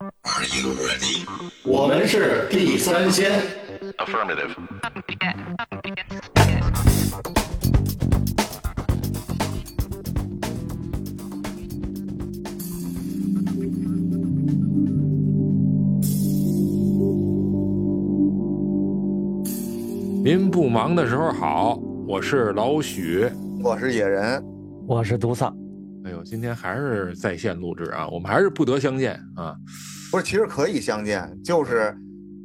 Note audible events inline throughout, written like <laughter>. Are you ready? 我们是地三鲜。 Affirmative. 您不忙的时候好，我是老许。我是野人，我是独丧，哎呦，今天还是在线录制啊，我们还是不得相见啊。不是，其实可以相见，就是，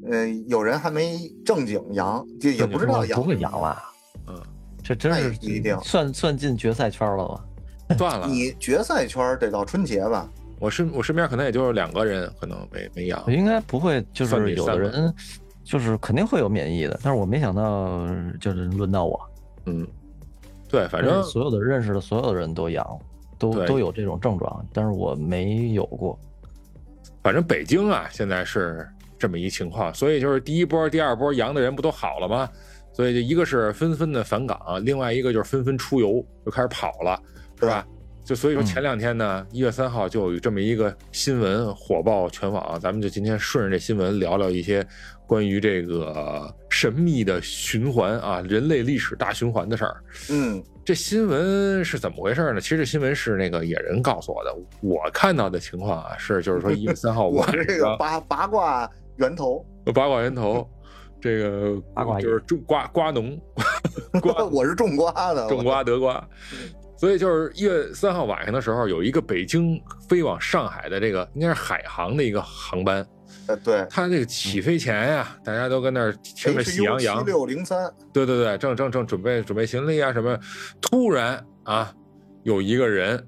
呃，有人还没正经阳，就也不知道阳不，会阳了。嗯，这真那是也不一定算算进决赛圈了吧？算了，你决赛圈儿得到春节吧？我身我身边可能也就是两个人可能没没阳，应该不会，就算是你有三的个人就是肯定会有免疫的，但是我没想到就是轮到我，嗯，对，反但正是所有的认识的所有的人都阳，都对都有这种症状，但是我没有过。反正北京啊，现在是这么一情况，所以就是第一波、第二波阳的人不都好了吗？所以就一个是纷纷的返岗，另外一个就是纷纷出游，就开始跑了，是吧？就所以说前两天呢，一、月三号就有这么一个新闻火爆全网，咱们就今天顺着这新闻聊聊一些关于这个神秘的循环啊，人类历史大循环的事儿。嗯，这新闻是怎么回事呢？其实这新闻是那个野人告诉我的，我看到的情况啊是，哦就是说一月 <laughs> 三号我晚是这个上八八卦源头，八卦源头，这个八卦就是种瓜瓜农瓜我是种瓜的，种我瓜得瓜，嗯所以就是一月三号晚上的时候，有一个北京飞往上海的这个应该是海航的一个航班，呃，对它这个起飞前呀、大家都跟那儿哎听着喜羊羊七，六零三，对对对，正正正准备准备行李啊什么，突然啊，有一个人，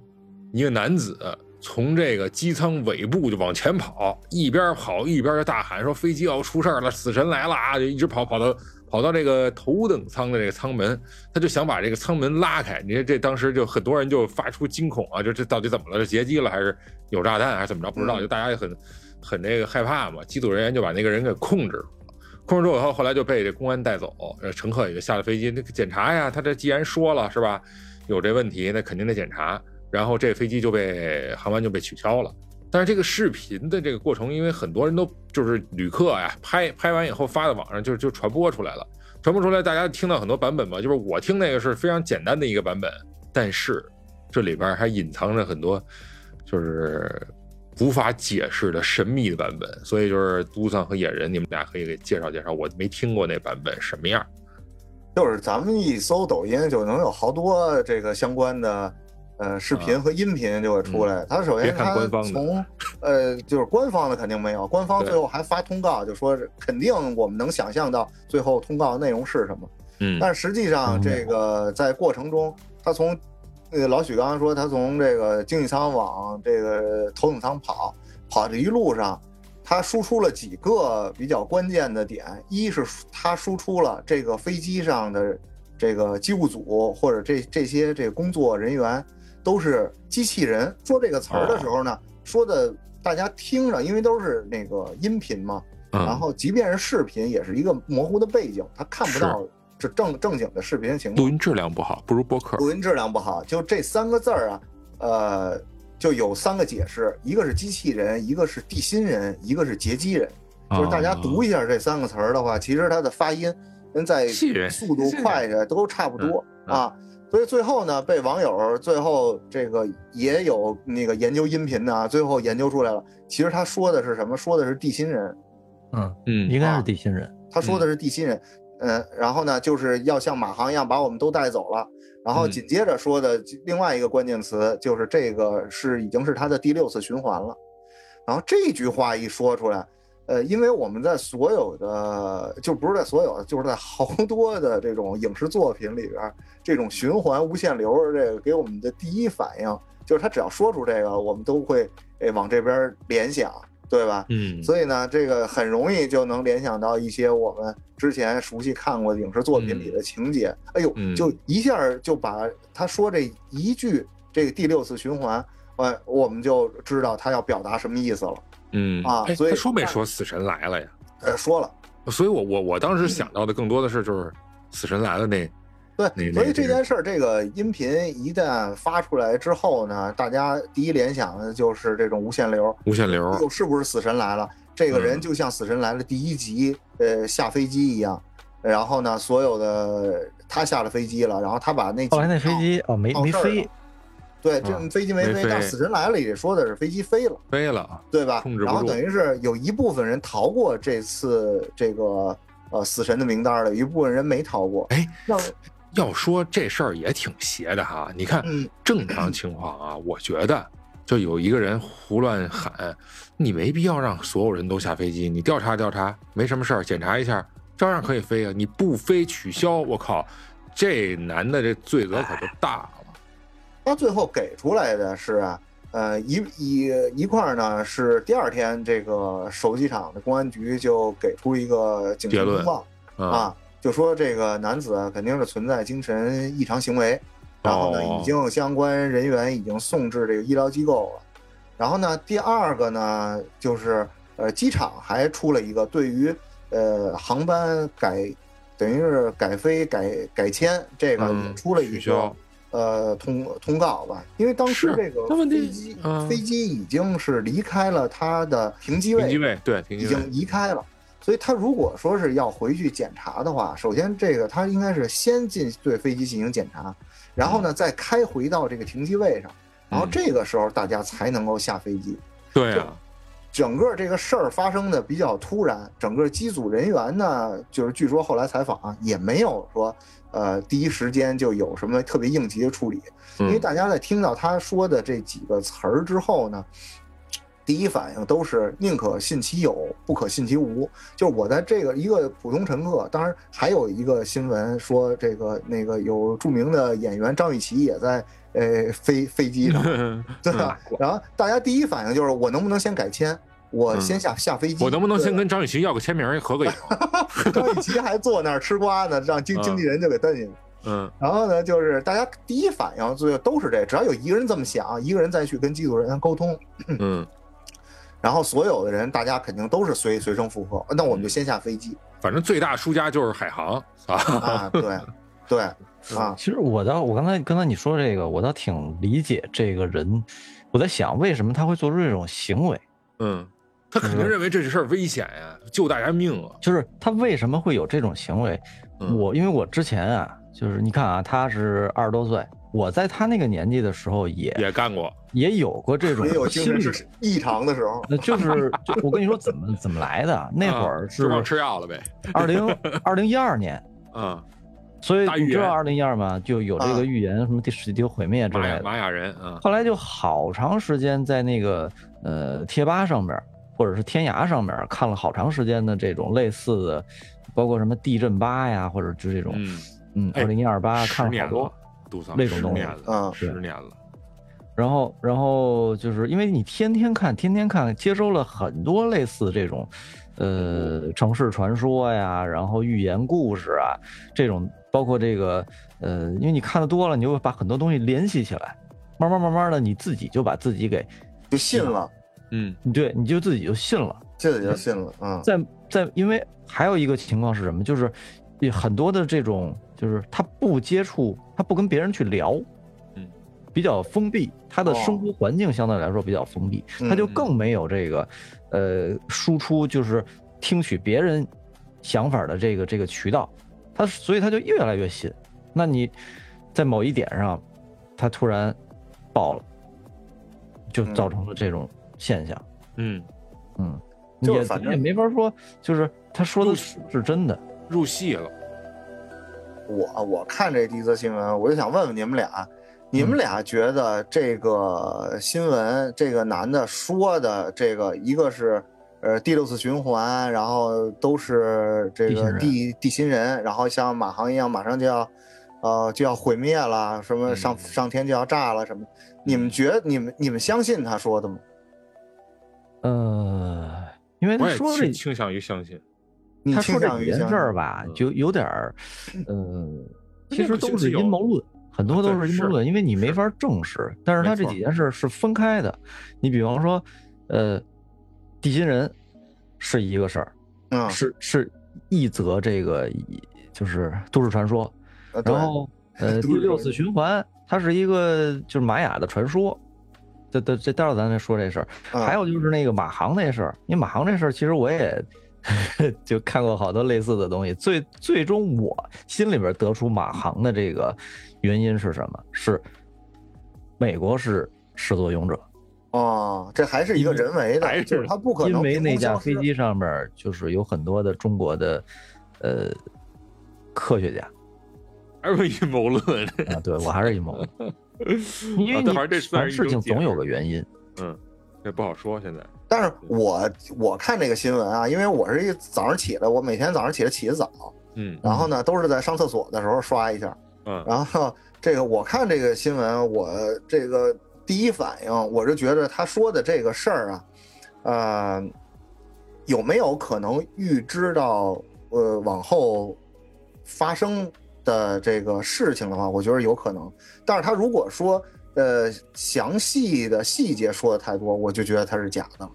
一个男子从这个机舱尾部就往前跑，一边跑一边就大喊说飞机要出事儿了，死神来了啊！就一直跑跑到跑到这个头等舱的这个舱门，他就想把这个舱门拉开。你看这当时就很多人就发出惊恐啊，就这到底怎么了？是劫机了还是有炸弹还是怎么着？不知嗯道，就大家也很很这个害怕嘛。机组人员就把那个人给控制了。控制住以后，后来就被这公安带走，呃，乘客也就下了飞机。那个检查呀，他这既然说了是吧，有这问题，那肯定得检查。然后这飞机就被航班就被取消了。但是这个视频的这个过程，因为很多人都就是旅客呀，拍拍完以后发到网上就就传播出来了，传播出来大家听到很多版本嘛，就是我听那个是非常简单的一个版本，但是这里边还隐藏着很多就是无法解释的神秘的版本，所以就是都桑和野人，你们俩可以给介绍介绍，我没听过那版本什么样。就是咱们一搜抖音就能有好多这个相关的呃视频和音频就会出来。它首啊嗯别先看它官方的从呃就是官方的肯定没有，官方对最后还发通告，就说是肯定我们能想象到最后通告内容是什么。嗯但实际上嗯这个在过程中，他从呃老许刚刚说他从这个经济舱往这个头等舱跑，跑这一路上。他输出了几个比较关键的点，一是他输出了这个飞机上的这个机务组或者这这些这个工作人员都是机器人。说这个词儿的时候呢，说的大家听着，因为都是那个音频嘛，然嗯，后即便是视频，也是一个模糊的背景，他看不到这正正经的视频情录况，音质量不好，不如播客。录音质量不好。就这三个字儿啊，呃，就有三个解释，一个是机器人，一个是地心人，一个是劫机人。就是大家啊读一下这三个词儿的话，其实它的发音跟在气人嗯速度快着都差不多啊。所以最后呢，被网友最后这个也有那个研究音频的啊，最后研究出来了，其实他说的是什么？说的是地心人，嗯，嗯应该是地心人。他说的是地心人。嗯，然后呢，就是要像马航一样把我们都带走了。然后嗯紧接着说的另外一个关键词就是这个是已经是他的第六次循环了。然后这句话一说出来，呃，因为我们在所有的就不是在所有，就是在好多的这种影视作品里边儿，这种循环无限流，这个给我们的第一反应就是他只要说出这个，我们都会诶往这边儿联想，对吧？嗯，所以呢，这个很容易就能联想到一些我们之前熟悉看过的影视作品里的情节。哎嗯呦，就一下儿就把他说这一句这个第六次循环，呃，我们就知道他要表达什么意思了。嗯啊哎所以他说没说死神来了呀？呃，说了，所以我我我当时想到的更多的是就是死神来了那那对，所那以这这个件事儿，这个音频一旦发出来之后呢，大家第一联想的就是这种无限流，无限流，哎又是不是死神来了？这个嗯人就像死神来了第一集，呃，下飞机一样。然后呢，所有的他下了飞机了，然后他把那后来那几飞机哦没闹没事儿飞了，对，这嗯飞机没啊没飞，飞但死神来了也说的是飞机飞了，飞了，啊对吧控制？不然后住等于是有一部分人逃过这次这个呃死神的名单了，有一部分人没逃过。哎，让要说这事儿也挺邪的哈，你看嗯正常情况啊，我觉得就有一个人胡乱喊，你没必要让所有人都下飞机，你调查调查，没什么事儿，检查一下，照样可以飞啊。你不飞取消，我靠，这男的这罪责可就大了。他最后给出来的是啊，呃，一一一块儿呢是第二天这个手机厂的公安局就给出一个警结情论通报嗯、啊，就说这个男子啊肯定是存在精神异常行为，然后呢哦已经有相关人员已经送至这个医疗机构了，然后呢第二个呢就是呃机场还出了一个对于呃航班改。等于是改飞、改改签，这个也嗯，出了一取个、消，呃通通告吧，因为当时是这个那问题飞机、嗯飞机已经是离开了它的停机位，停机位，对，停已机位经，移开了，所以他如果说是要回去检查的话，首先这个他应该是先进对飞机进行检查，然后呢再开回到这个停机位上，然后嗯这个时候大家才能够下飞机。对啊，整个这个事儿发生的比较突然，整个机组人员呢，就是据说后来采访、啊、也没有说，呃，第一时间就有什么特别应急的处理，因为嗯，大家在听到他说的这几个词儿之后呢，第一反应都是宁可信其有，不可信其无。就是我在这个一个普通乘客，当然还有一个新闻说，这个那个有著名的演员张雨绮也在呃飞飞机上，嗯 <laughs> 对吧？然后大家第一反应就是我能不能先改签？我先下、下飞机，嗯我能不能对先跟张雨绮要个签名，合个影？ <laughs> 张雨绮还坐那儿吃瓜呢，让经经纪人就给蹬进去。嗯，然后呢，就是大家第一反应最后都是这，只要有一个人这么想，一个人再去跟机组人员沟通，嗯，然后所有的人大家肯定都是随随声附和，那我们就先下飞 <laughs> 机、反正最大输家就是海航啊，啊，对， <laughs> 对，啊，其实我倒，我刚才刚才你说这个，我倒挺理解这个人。我在想，为什么他会做出这种行为？嗯，他肯定认为这事儿危险呀、救大家命啊，就是他为什么会有这种行为？嗯我因为我之前啊，就是你看啊，他是二十多岁，我在他那个年纪的时候也也干过，也有过这种也有精心神理，是异常的时候，呃就是就我跟你说怎么怎么来的。那啊会儿是就光吃药了呗，二零二零一二年，啊，所以大你预知道言二零一二嘛，就有这啊个预言什么第十地球毁灭之玛类雅的。玛雅人啊，后来就好长时间在那个呃贴吧上面，或者是天涯上面看了好长时间的这种类似的，包括什么地震吧呀，或者就这种嗯，嗯哎二零一二八看十了年好多了。，杜桑那种十东西年了，嗯十是年了，然后，然后就是因为你天天看，天天看，接收了很多类似这种，呃，城市传说呀，然后寓言故事啊，这种包括这个，呃，因为你看的多了，你就会把很多东西联系起来，慢慢慢慢的，你自己就把自己给，就信了，嗯，你对，你就自己就信了。这就信了，嗯，在在，因为还有一个情况是什么？就是也很多的这种，就是他不接触，他不跟别人去聊，嗯，比较封闭，他的哦生活环境相对来说比较封闭，嗯他就嗯更没有这个，呃，输出就是听取别人想法的这个这个渠道，他所以他就越来越信。那你在某一点上，他突然爆了，就嗯造成了这种现象。嗯，嗯，就也是反咱也正没法说，就是他说入的是是真的，入戏了，我我看这第一则新闻，我就想问问你们俩，你嗯们俩觉得这个新闻，这个男的说的这个，一个是呃第六次循环，然后都是这地心个人地地心人，然后像马航一样，马上就要呃就要毁灭了，什么上、嗯上天就要炸了什么，你嗯们觉你们你们相信他说的吗？呃，因为他我也说倾这倾向于相信，你他倾说这向几于件相事信儿吧，就有点儿，嗯，其实都是阴谋论，很啊多都对是阴谋是论，因为你没是法证实。但是没他这错几件事是分开的，你比方说，呃，地心人是一个事儿，嗯，是是一则这个就是都市传说，呃对然后呃，第六次循环，它是一个就是玛雅的传说。这这这，待会儿咱再说这事儿。嗯还有就是那个马航那事儿，因为马航这事儿，其实我也 <laughs> 就看过好多类似的东西。最最终我心里边得出马航的这个原因是什么？是美国是始作俑者，哦，这还是一个人为还的，是就是它不可因能为凭那空架消失飞机上面就是有很多的中国的呃科学家。还是阴谋论。 <laughs> 啊，对我还是阴谋论，因为啊你但反正这算凡是一事种情解总有释个原因。嗯，这不好说现在。但是我我看这个新闻啊，因为我是一早上起来，我每天早上起来起得早，嗯然后呢都是在上厕所的时候刷一下，嗯然后 <laughs> 这个我看这个新闻，我这个第一反应我是觉得他说的这个事儿啊，呃，有没有可能预知到呃往后发生的这个事情的话，我觉得有可能。但是他如果说呃详细的细节说的太多，我就觉得他是假的了。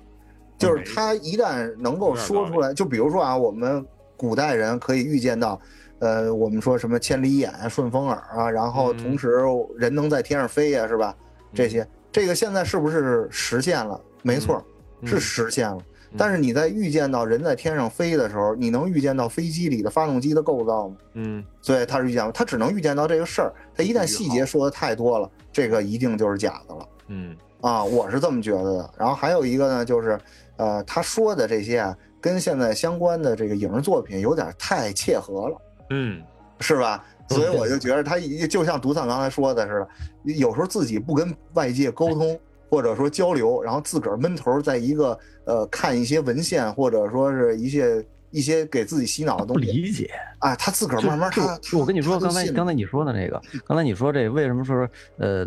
就是他一旦能够说出来，就比如说啊，我们古代人可以预见到，呃，我们说什么千里眼啊、顺风耳啊，然嗯后同时人能在天上飞呀、是吧？这些，这个现在是不是实现了？没错，嗯是实现了。嗯但是你在预见到人在天上飞的时候，你能预见到飞机里的发动机的构造吗？嗯，所以他是预见了，他只能预见到这个事儿。他一旦细节说的太多了，这个一定就是假的了。嗯啊，我是这么觉得的。然后还有一个呢，就是，呃，他说的这些啊，跟现在相关的这个影视作品有点太切合了，嗯是吧？嗯所以我就觉得他一就像独丧刚才说的似的，有时候自己不跟外界沟通或者说交流，然后自个儿闷头在一个呃看一些文献或者说是一些一些给自己洗脑的不东西理解，啊，他自个儿慢慢就他就我跟你说，刚才刚才你说的那个，刚才你说这为什么说呃，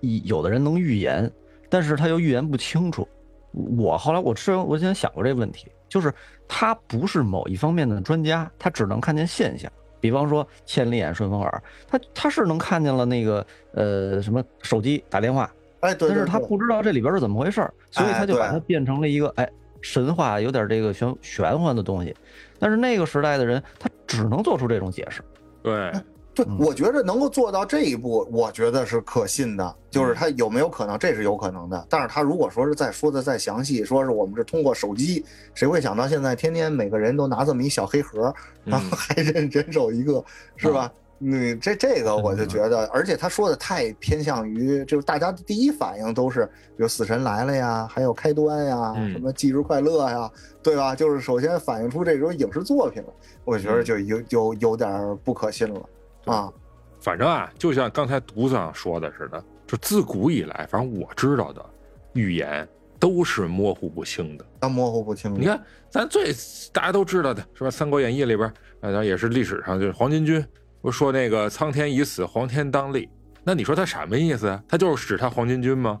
预有的人能预言，但是他又预言不清楚。我后来我之前我之前想过这个问题，就是他不是某一方面的专家，他只能看见现象。比方说千里眼顺风耳，他他是能看见了那个呃什么手机打电话，哎，对，但是对他对不知道这里边是怎么回事儿，所以哎他就把对它变成了一个哎神话，有点这个玄玄幻的东西。但是那个时代的人，他只能做出这种解释。对，对嗯，我觉着能够做到这一步，我觉得是可信的。就是他有没有可能，这是有可能的。但是他如果说是再说的再详细，说是我们是通过手机，谁会想到现在天天每个人都拿这么一小黑盒，然后还人 <laughs> 人手一个，是吧？嗯，这这个我就觉得，而且他说的太偏向于，就是大家第一反应都是，比如死神来了呀，还有开端呀，嗯什么忌日快乐呀，对吧？就是首先反映出这种影视作品了，我觉得嗯就有有有点儿不可信了啊。反正啊，就像刚才独上说的似的，就自古以来，反正我知道的预言都是模糊不清的。它模糊不清嗯你看，咱最大家都知道的是吧，《三国演义》里边，呃，然后也是历史上就是黄巾军，不是说那个苍天已死，黄天当立。那你说他什么意思啊？他就是指他黄巾军吗？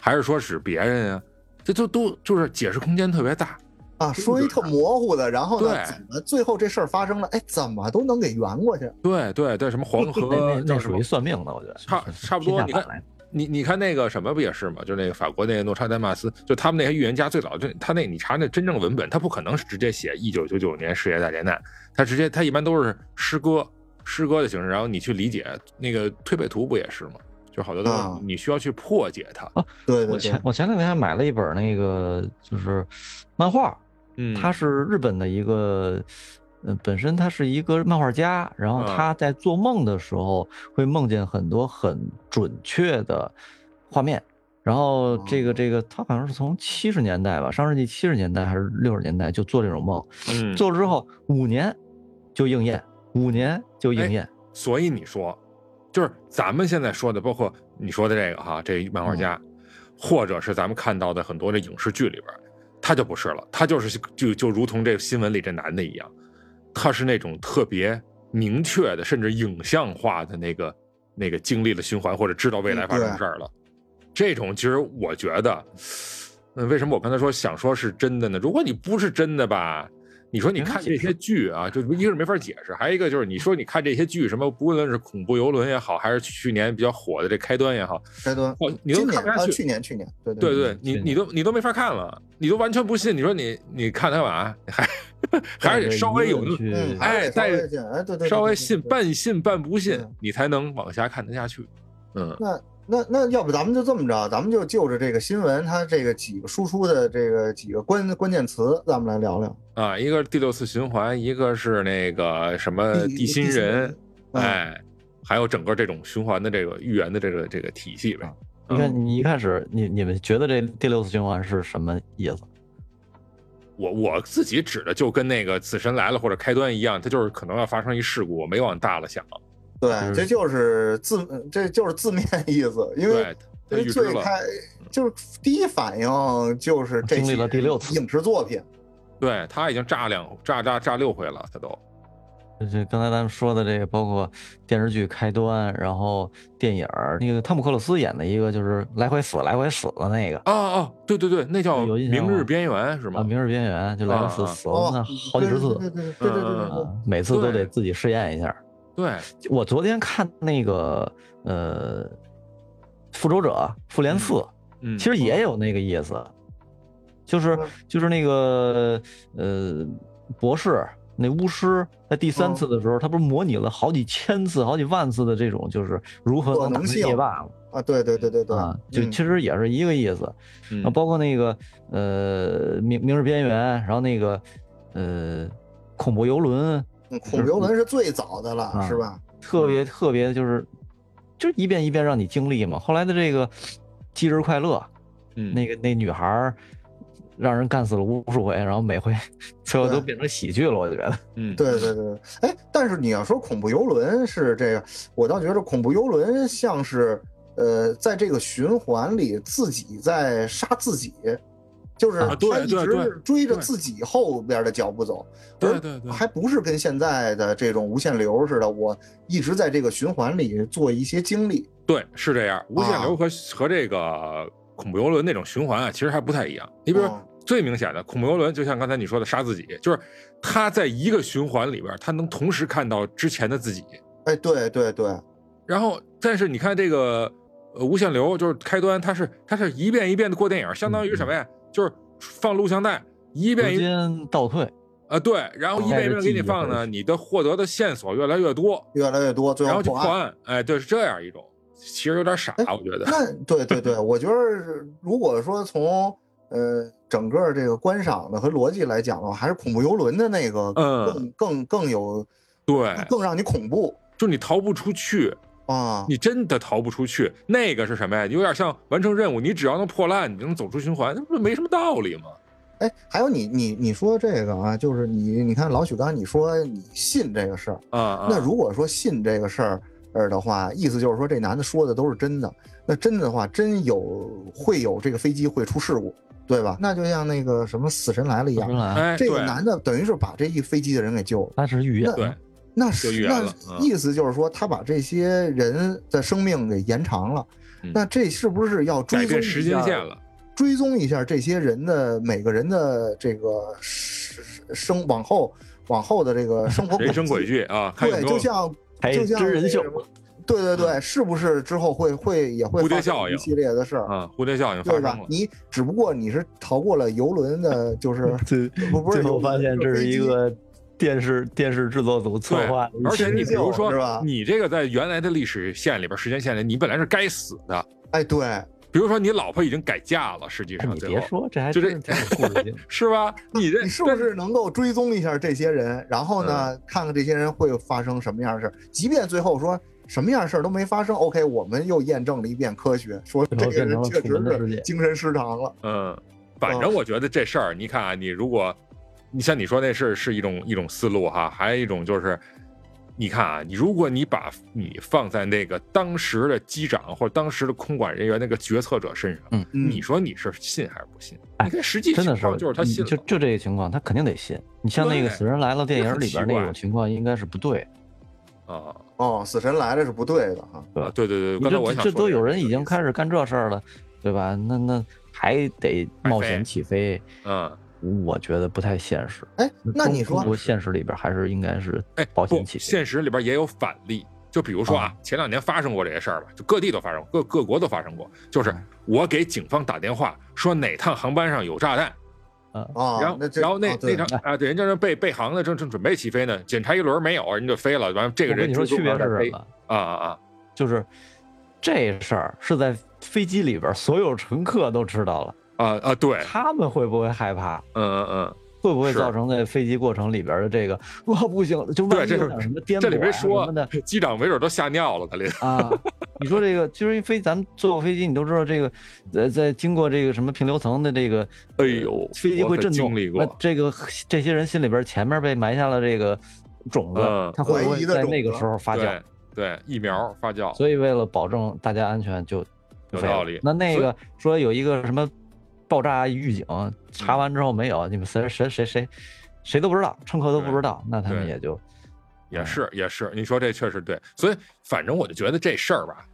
还是说指别人啊？这就都就是解释空间特别大。啊，说一特模糊的，然后呢，对怎么最后这事儿发生了？哎，怎么都能给圆过去？对对对，什么黄那 <laughs> 那河那叫什属么于算命的，我觉得 <laughs> 差差不多天你下看法来你你看那个什么不也是吗？就是那个法国那个诺查丹马斯，就他们那些预言家最早就他那你查那真正文本，他不可能是直接写一九九九年世界大劫难，他直接他一般都是诗歌诗歌的形式，然后你去理解那个推背图不也是吗？就好多东啊西你需要去破解它。啊对我对对前，我前两天还买了一本那个就是漫画，嗯他是日本的一个，呃，本身他是一个漫画家，然后嗯他在做梦的时候会梦见很多很准确的画面，然后这个哦这个他好像是从七十年代吧，上世纪七十年代还是六十年代就做这种梦，嗯，做了之后五年就应验，五年就哎应验，所以你说，就是咱们现在说的，包括你说的这个哈，这漫画家，或者是咱们看到的很多的影视剧里边，他就不是了，他就是就就如同这新闻里这男的一样，他是那种特别明确的，甚至影像化的那个那个经历了循环，或者知道未来发生的事儿了。这种其实我觉得，嗯，为什么我刚才说想说是真的呢？如果你不是真的吧，你哎说你看这些剧啊，就一个是没法解释，还有一个就是你说你看这些剧，什么不论是恐怖游轮也好，还是去年比较火的这开端也好，开端，哦，你都今看年不下啊，去。去嗯年去年，对对对对，你对你都你都没法看了，你都完全不信。你说你你看它干嘛？ <laughs> 还还是得稍微有那么去，嗯，还得哎稍带微信，哎，对对对对，稍微对信对嗯半信半不信对，你才能往下看得下去。嗯，那那那要不咱们就这么着，咱们就就着这个新闻，它这个几个输出的这个几个关关键词，咱们来聊聊。啊，一个是第六次循环，一个是那个什么地地心地心人人，嗯哎，还有整个这种循环的这个预言的这个这个体系呗。你嗯看，你一开始你你们觉得这第六次循环是什么意思？我我自己指的就跟那个死神来了或者开端一样，它就是可能要发生一事故，我没往大了想。对，这就是字，这就是字面意思，因为嗯对，它预知最了。嗯开就是第一反应就是这经历了第六次影视作品，对他已经炸两炸炸炸六回了，他都哦这刚才咱们说的这个，包括电视剧开端，然后电影儿，那个汤姆克鲁斯演的一个就是来回死来回死的那个哦哦，对对对，那叫《有印象明吗日边缘》是啊，《吗？明日边缘》就来回死啊啊死了那好几十次哦对对对对对对对嗯对啊，每次都得对自己试验一下。对，我昨天看那个呃，《复仇者》复联四，嗯，其实也有那个意思，就是嗯就是那个呃博士那巫师在第三嗯次的时候，他不是模拟了好几千次、好几万次的这种就是如何可能打能败性灭霸了啊，对对对对对啊，就嗯其实也是一个意思。嗯啊，包括那个呃《明明日边缘》，然后那个呃恐怖游轮，嗯孔刘文是最早的了啊，是吧？特嗯别特别就是就是一遍一遍让你经历嘛。后来的这个《忌日快乐》，嗯那个那女孩儿让人干死了无数回，然后每回 <laughs> 最后都对变成喜剧了，我觉得。嗯对对对，对，哎，但是你要说恐怖游轮是这个，我倒觉得恐怖游轮像是呃，在这个循环里自己在杀自己，就是啊对他一对直对是追着对自己后边的脚步走，对而对对还不是跟现在的这种无限流似的，我一直在这个循环里做一些经历。对是这样。无啊限流和和这个恐怖游轮那种循环啊，其实还不太一样。你比如说嗯最明显的恐怖游轮，就像刚才你说的杀自己，就是他在一个循环里边，他能同时看到之前的自己，哎，对对对，然后，但是你看这个呃无限流，就是开端，它是它是一遍一遍的过电影，相当于什么嗯呀？就是放录像带，一时遍一啊、间倒退，对，然哦后一遍一遍给你放带着呢，你的获得的线索越来越多，越来越多，最然后后就破破案。哎案，哎，对，是这样一种，其实有点傻，我觉得，那对对对，我觉得是如果说从呃整个这个观赏的和逻辑来讲的话，还是恐怖游轮的那个嗯更更更有对，更让你恐怖就你逃不出去，啊！你真的逃不出去。那个是什么呀？有点像完成任务，你只要能破烂，你就能走出循环，那不没什么道理吗？哎，还有你你你说这个啊，就是你你看老许刚才你说你信这个事儿，啊啊，那如果说信这个事儿儿的话，意思就是说这男的说的都是真的。那真的话，真有会有这个飞机会出事故，对吧？那就像那个什么死神来了一不是样，来哎，这对个男的等于是把这一飞机的人给救了。他是预言那，对，那就是预言那了嗯意思就是说，他把这些人的生命给延长了。嗯那这是不是要追改踪变一时间下线？了，追踪一下这些人的每个人的这个生生往后往后的这个生活人生轨。迹啊，看有哦对，没就有像还就像真人那秀个什么对对对，是不是之后会会也会蝴蝶发生效应一系列的事儿？啊蝴蝶效应发对生吧了？。你只不过你是逃过了游轮的，就是 <laughs> 最不不最是后游轮发现这是飞一机个电视电视制作组策对划的一期，而且你比如是吧说，你这个在原来的历史线里边、时间线里，你本来是该死的。哎，对，比如说，你老婆已经改嫁了，实际哎上你最别后说，这还就真这是挺有故事 <laughs> 性。是吧？你这嗯你是不是能够追踪一下这些人，然后呢，看看这些人会发生什么样的事儿？即便最后说什么样的事儿都没发生，OK，我们又验证了一遍科学，说最这后个变成了人确楚门的世实界是精神失常了。嗯，反正我觉得这事儿，你看啊，你如果你像你说那是是一种一种思路哈，还有一种就是，你看啊，你如果你把你放在那个当时的机长或者当时的空管人员那个决策者身上，嗯嗯你说你是信还是不信？哎你看实际真情的是况，就是他信嗯就了。就这个情况，他肯定得信。你像那个《对死神来了》电影里这边很奇那怪种情况，应该是不对。啊哦，死神来了是不对的哈。啊，对对对，你刚才这我想这说都个有人已这个经意思开始干这事儿了，对吧？那那还得冒险起飞，嗯，我觉得不太现实。哎，那你中中说国现实里边还是应该是哎，保不险，起现实里边也有反例，就比如说啊，前两年发生过这些事儿吧，就各地都发生，各各国都发生过。就是啊我给警方打电话说哪趟航班上有炸弹，啊然后，那这然后那啊对那场啊，对，人家那备备航呢，正正准备起飞呢，检查一轮没有，人家就飞了。完了，这个我跟人你说追区踪别到是这儿什飞么？啊啊啊！就是这事儿是在飞机里边，所有乘客都知道了，啊啊，对，他们会不会害怕？嗯嗯会不会是造成在飞机过程里边的这个哇不行，就万一对这有是点什么嗯，颠簸这啊里边什说么的，机长没准都吓尿了，他这啊，你说这个就是因飞，咱们坐过飞机，你都知道这个，呃，在经过这个什么平流层的这个，哎呦飞机我会可震动，经历那过这个这些人心里边前面被埋下了这个种子，嗯他会不怀会疑的在种那个子时候发酵对？对疫苗发酵，所以为了保证大家安全就，就有废了道理那那所以个说有一个什么爆炸预警，查完之后没有，你们谁谁谁谁谁都不知道，乘客都不知道，那他们对也就也是也是，你说这确实对，所以反正我就觉得这事儿吧，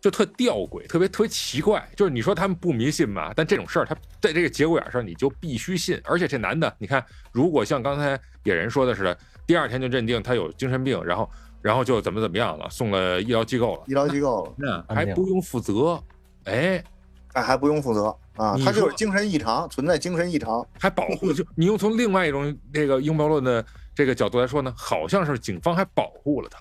就特吊诡，特别特别奇怪。就是你说他们不迷信吧，但这种事儿，他在这个节骨眼上你就必须信。而且这男的，你看，如果像刚才野人说的似的，第二天就认定他有精神病，然后然后就怎么怎么样了，送了医疗机构了，医疗机构了，那还不用负责，哎，哎，还不用负责啊，你他就说是精神异常，存在精神异常，还保护，就你用从另外一种这个阴谋论的这个角度来说呢，好像是警方还保护了他。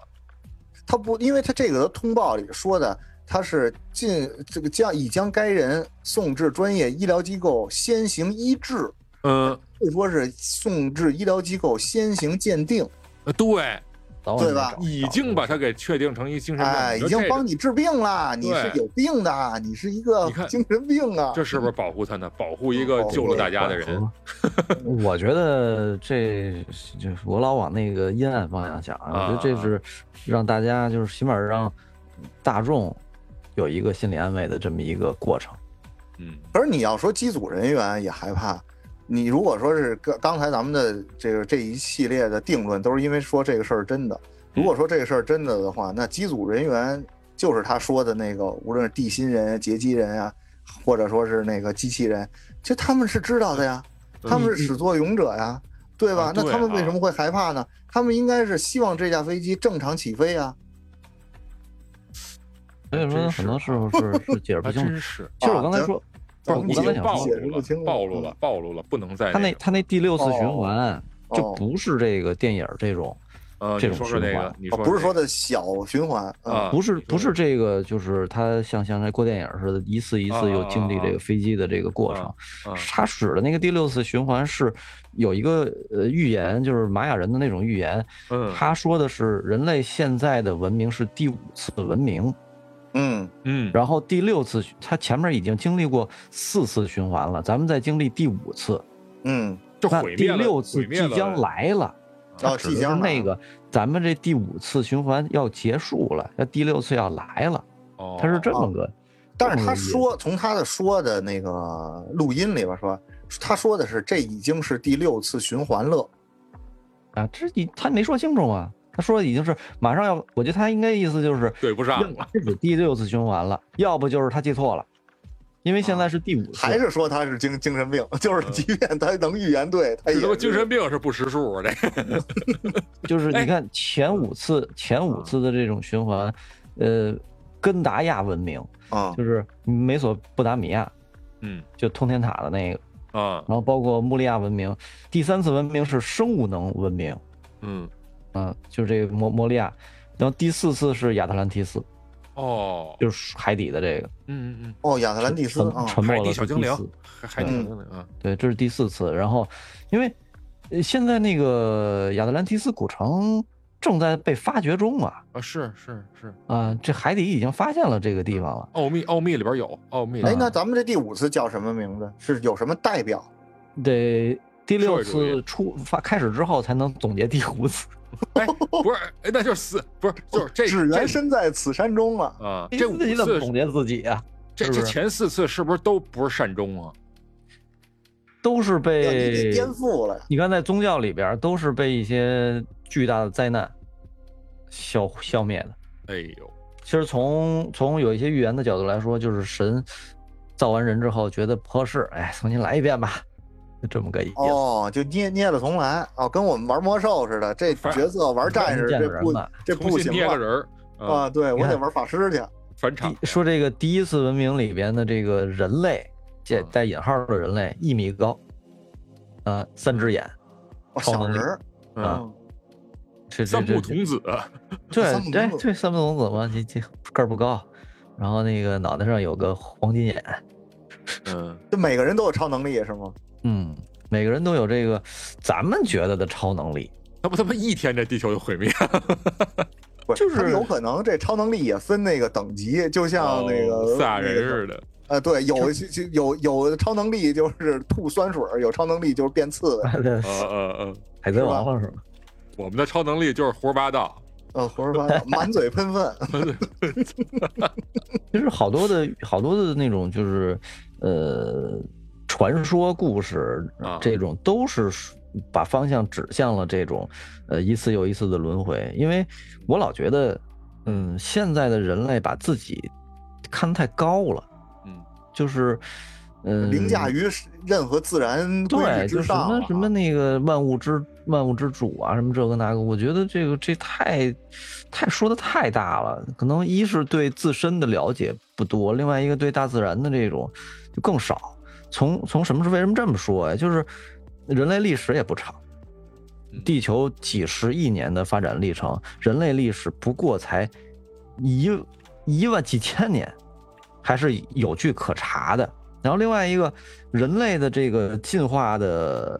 他不，因为他这个通报里说的，他是进这个将已将该人送至专业医疗机构先行医治，嗯，或者说是送至医疗机构先行鉴定，呃对，早晚对吧就找已经把他给确定成一精神病，哎，你已说经这帮你治病了，你是对有病的，你是一个你看精神病啊，这是不是保护他呢？保护一个保护救了大家的人，哦我觉得这就是我老往那个阴暗方向想啊啊，我觉得这是让大家就是起码让大众有一个心理安慰的这么一个过程。嗯，可是你要说机组人员也害怕，你如果说是刚刚才咱们的这个这一系列的定论，都是因为说这个事儿真嗯的。如果说这个事儿真的的话，那机组人员就是他说的那个，无论是地心人、劫机人啊，或者说是那个机器人，其实他们是知道的呀，他们是始作俑者呀，对吧嗯啊？那对他们为啊什么会害怕呢？他们应该是希望这架飞机正常起飞啊。所以说真是很多时候是是解释不还清楚。真是，其实我啊刚才咱说，咱我们我已刚才经想暴说，露了，暴露了，暴露了，不能再他那个他那第六次循哦环就哦不是这个电影这种，呃，这你种说说那循个环，你哦说不是说那个的小循环啊，不是你说不是这个，就是他像像那过电影似的，一次一次又经历这个飞机的这个过程。啊他使的那个第六次循环是有一个呃预言，就是玛雅人的那种预言。嗯他说的是人类现在的文明是第五次文明，嗯嗯，然后第六次他前面已经经历过四次循环了，咱们再经历第五次，嗯，就那毁第灭了，六次毁灭即了啊将，来了。然他后指的即是将那个，咱们这第五次循环要结束了，要第六次要来了，哦他是这么个。但是这么他个意思说，从他的说的那个录音里边说，他说的是这已经是第六次循环了。啊，这你他没说清楚啊，他说已经是马上要，我觉得他应该意思就是对不上了，这是第六次循环了，要不就是他记错了，因为现在是第五啊次，还是说他是精精神病，就是即便他能预言对，他也这他妈是精神病是不识数啊，这个就是哎你看前五次前五次的这种循环，呃，根达亚文明啊就是美索不达米亚嗯就通天塔的那个，啊然后包括穆利亚文明，第三次文明是生物能文明，嗯嗯、就是这个摩摩利亚，然后第四次是亚特兰蒂斯，哦就是海底的这个嗯嗯哦，亚特兰蒂斯沉啊，沉没海了底的小精第灵四嗯，还还挺嗯有的啊，对，这是第四次。然后，因为呃现在那个亚特兰蒂斯古城正在被发掘中嘛，啊是是是，啊、这海底已经发现了这个地方了。奥秘奥秘里边有奥秘里边哎有，，那咱们这第五次叫什么名字？是有什么代表？嗯得第社六会主义次出发开始之后才能总结第五次。 <laughs> 哎不是哎那就是四不是就是这只缘这身在此山中啊！啊， <laughs> 你这五自己怎么次总结自己啊？这是这不是前四次是不是都不是善终啊？都是要你给被颠覆了呀！你看，在宗教里边都是被一些巨大的灾难消消灭的。哎呦，其实从从有一些预言的角度来说，就是神造完人之后觉得不合适，哎，重新来一遍吧，这么个意思。哦，就捏捏了重来哦，跟我们玩魔兽似的，这反角色玩战士见这着人不吧这重不新行捏个了人儿啊，啊！对我你得看玩法师去，返场说这个第一次文明里边的这个人类，这嗯带引号的人类一米高，呃，三只眼，哦超小能力人儿，啊嗯，这这三这木童子，啊对三木童，哎子对，三木童子嘛，这这个儿不高，然后那个脑袋上有个黄金眼，嗯，就每个人都有超能力是吗？嗯，每个人都有这个咱们觉得的超能力，那不他妈一天这地球就毁灭了？不就是他们有可能这超能力也分那个等级，就像那个哦赛亚人那个似的，啊，对，有就就有有超能力就是吐酸水儿，有超能力就是变刺 <laughs> 猬，对呃呃呃，海贼王了是吧？我们的超能力就是胡说 <laughs> 八道，呃，胡说八道，满嘴喷粪，嗯其实好多的好多的那种就是呃传说故事啊这种都是属把方向指向了这种呃一次又一次的轮回，因为我老觉得嗯现在的人类把自己看得太高了，嗯，就是嗯凌驾于任何自然规对，律就之什上么了什么那个万物之万物之主啊，什么这个那个，我觉得这个这太太说的太大了。可能一是对自身的了解不多，另外一个对大自然的这种就更少。从从什么是为什么这么说呀、就是人类历史也不长嗯，地球几十亿年的发展历程，人类历史不过才一一万几千年，还是有据可查的。然后另外一个，人类的这个进化的，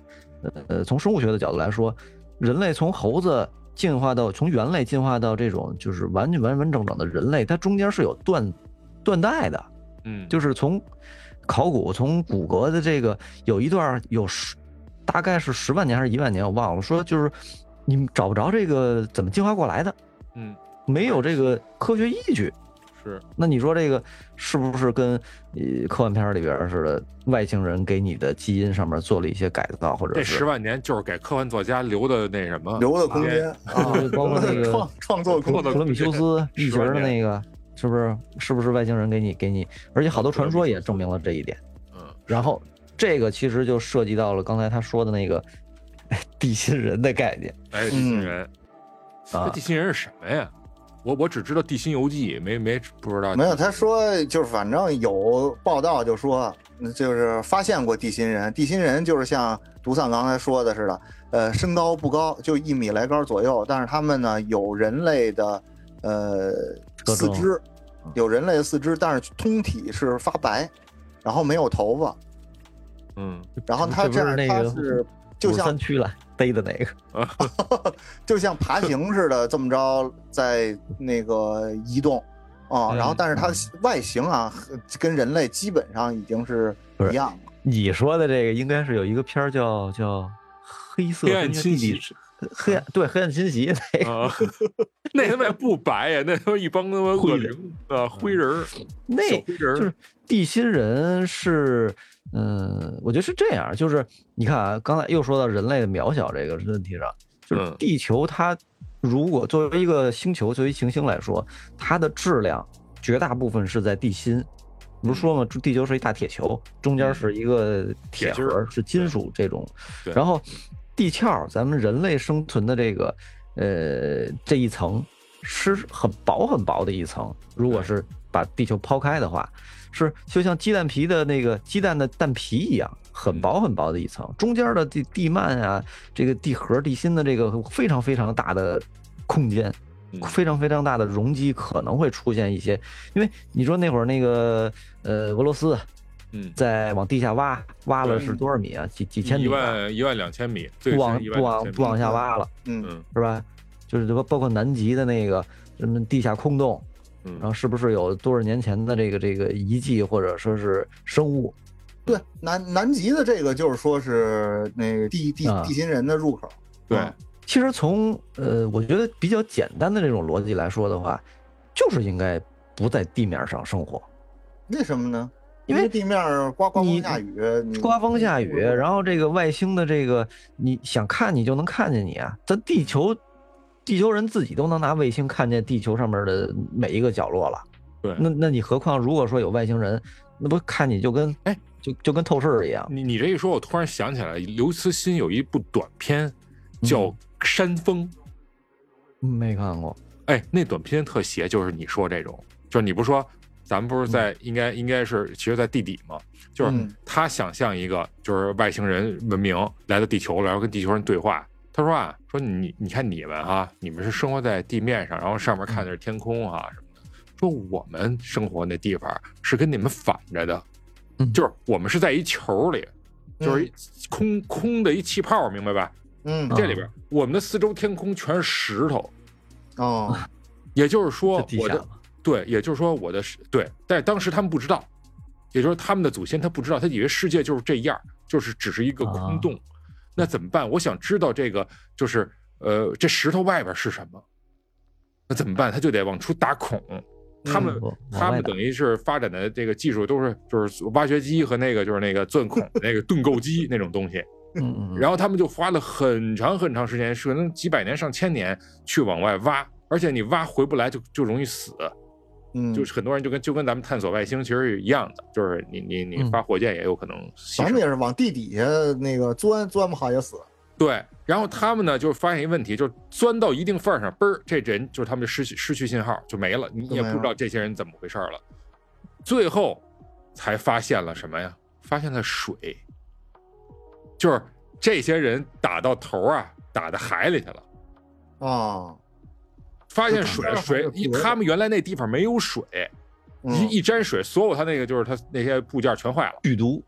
呃，从生物学的角度来说，人类从猴子进化到从猿类进化到这种就是完完完整整的人类，它中间是有断断代的，嗯，就是从考古从骨骼的这个有一段有十大概是十万年还是一万年，我忘了，说就是你找不着这个怎么进化过来的，嗯没有这个科学依据。是那你说这个是不是跟呃科幻片里边似的，外星人给你的基因上面做了一些改造，或者这十是万年就是给科幻作家留的那什么留的空间啊对，包括那个创创作空 <laughs> 创间作普罗米修斯十异形万的那年个，是不是是不是外星人给你给你？而且好多传说也证明了这一点。嗯，然后这个其实就涉及到了刚才他说的那个 <laughs> 哎地心人的概念哎，地心人，啊这地心人是什么呀？我我只知道《地心游记》，没没不知道啊没有，他说就是反正有报道就说，嗯就是发现过地心人，地心人就是像独丧刚才说的似的，呃，身高不高，就一米来高左右，但是他们呢有人类的呃特四征肢嗯，有人类的四肢，但是通体是发白，然后没有头发，嗯，然后这他不这是样那他个是就五十像三区了逮的那个，就像爬行似的，这么着在那个移动啊、嗯然后但是它的外形啊，和跟人类基本上已经是一样了。你说的这个应该是有一个片儿叫叫《黑色黑暗根据侵地理袭黑黑暗对黑暗侵袭那个啊， <laughs> 那他妈也不白呀，那他妈一帮他妈恶灵啊，灰嗯人儿，小那灰人儿，就是地心人是，嗯，我觉得是这样，就是你看啊，刚才又说到人类的渺小这个问题上，就是嗯地球它如果作为一个星球，作为行星来说，它的质量绝大部分是在地心。不是嗯说嘛，地球是一大铁球，中间是一个铁铁芯儿盒，是金属这种。对然后地壳，咱们人类生存的这个呃这一层是很薄很薄的一层，如果是把地球抛开的话，是就像鸡蛋皮的那个鸡蛋的蛋皮一样，嗯很薄很薄的一层，中间的地地幔啊，这个地核、地心的这个非常非常大的空间，嗯非常非常大的容积可能会出现一些，因为你说那会儿那个呃俄罗斯嗯，在往地下挖，挖了是多少米啊？几几千米一啊、万一万两千米，最不深往一万不两往千不往米下挖了，嗯，嗯是吧？就是包包括南极的那个什么地下空洞，然后嗯，是不是有多少年前的这个这个遗迹或者说是生物？对，南南极的这个就是说是那个地地啊地心人的入口。啊对，其实从呃，我觉得比较简单的这种逻辑来说的话，就是应该不在地面上生活，为什么呢？因为地面刮刮风你下雨，你刮风下雨，嗯然后这个外星的这个你想看你就能看见你啊，咱地球。地球人自己都能拿卫星看见地球上面的每一个角落了，对那那你何况如果说有外星人，那不看你就跟哎，就就跟透视一样。你你这一说，我突然想起来，刘慈欣有一部短片嗯叫《山峰》，嗯没看过，哎，那短片特邪，就是你说这种，就是你不是说咱们不是在、应该应该是其实，在地底嘛，就是嗯他想象一个就是外星人文明来到地球了，然后跟地球人对话。他说啊，说你你看你们啊，你们是生活在地面上，然后上面看的是天空啊什么的。说我们生活那地方是跟你们反着的，嗯就是我们是在一球里，嗯就是一空空的一气泡，明白吧？嗯啊这里边我们的四周天空全是石头，哦，也就是说这地哦我下的对，也就是说我的世对，但是当时他们不知道，也就是他们的祖先他不知道，他以为世界就是这样，就是只是一个啊空洞。那怎么办？我想知道这个就是呃，这石头外边是什么？那怎么办？他就得往出打孔。他们、嗯往他往外们打等于是发展的这个技术都是就是挖掘机和那个就是那个钻孔那个盾构机那种东西，嗯嗯，然后他们就花了很长很长时间，是可能几百年上千年去往外挖，而且你挖回不来就就容易死。嗯，就是很多人就跟就跟咱们探索外星其实是一样的，就是你你你嗯发火箭也有可能牺咱牲。们也是往地底下那个钻，钻不好也死。对，然后他们呢就发现一问题，就是钻到一定份儿上，嘣儿，这人就是他们就失去失去信号就没了，你就也没不了知道这些人怎么回事儿了。最后才发现了什么呀？发现了水，就是这些人打到头儿啊，打到海里去了。啊，发现就水打到海水里，一了他们原来那地方没有水，嗯一一沾水，所有他那个就是他那些部件全坏了。剧毒，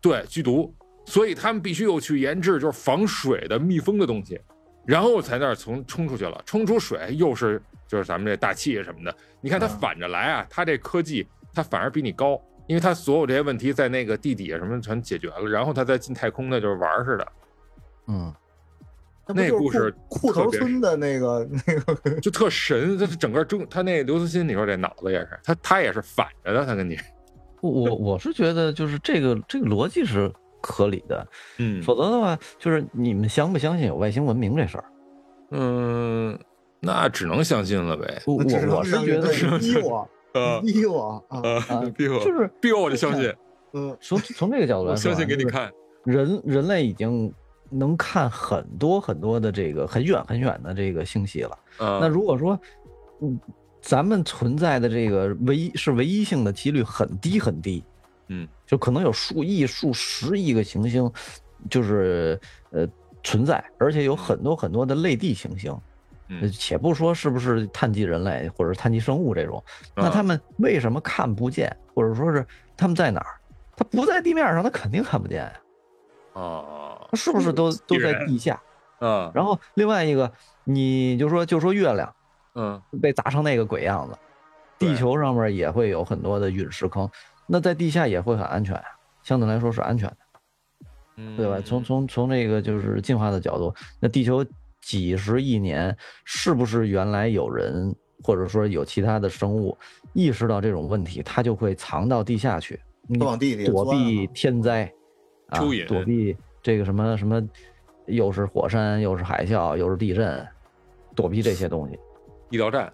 对，剧毒，所以他们必须又去研制就是防水的密封的东西，然后才那儿从冲出去了，冲出水又是就是咱们这大气什么的，你看它嗯反着来啊，它这科技它反而比你高，因为它所有这些问题在那个地底下什么全解决了，然后它再进太空那就是玩儿似的，嗯，那不就是那故事裤裤特头别村的那个那个就特神，它是整个中它那刘慈欣你说这脑子也是，他他也是反着的，他跟你，我我我是觉得就是这个这个逻辑是合理的，嗯否则的话就是你们相不相信有外星文明这事儿？嗯，那只能相信了呗，我只能我我是嗯觉得对你逼 <laughs> 我，呃你逼我啊，啊逼我就是逼我我就相信，嗯从从这个角度来我说啊，相信给你就是看，人人类已经能看很多很多的这个很远很远的这个星系了。那那如果说，嗯，咱们存在的这个唯一是唯一性的几率很低很低，嗯，就可能有数亿、数十亿个行星，就是呃存在，而且有很多很多的类地行星。嗯呃且不说是不是碳基人类或者是碳基生物这种，那啊他们为什么看不见，或者说是他们在哪儿？它不在地面上，它肯定看不见呀。啊它是不是都都在然地下？啊然后另外一个，你就说就说月亮嗯被砸成那个鬼样子，地对球上面也会有很多的陨石坑，那在地下也会很安全啊，相对来说是安全的，嗯对吧？从从从这个就是进化的角度，那地球几十亿年是不是原来有人或者说有其他的生物意识到这种问题，它就会藏到地下去，你往地里躲钻避啊天灾，啊蚯蚓，躲避这个什么什么，又是火山，又是海啸，又是地震，躲避这些东西医疗站，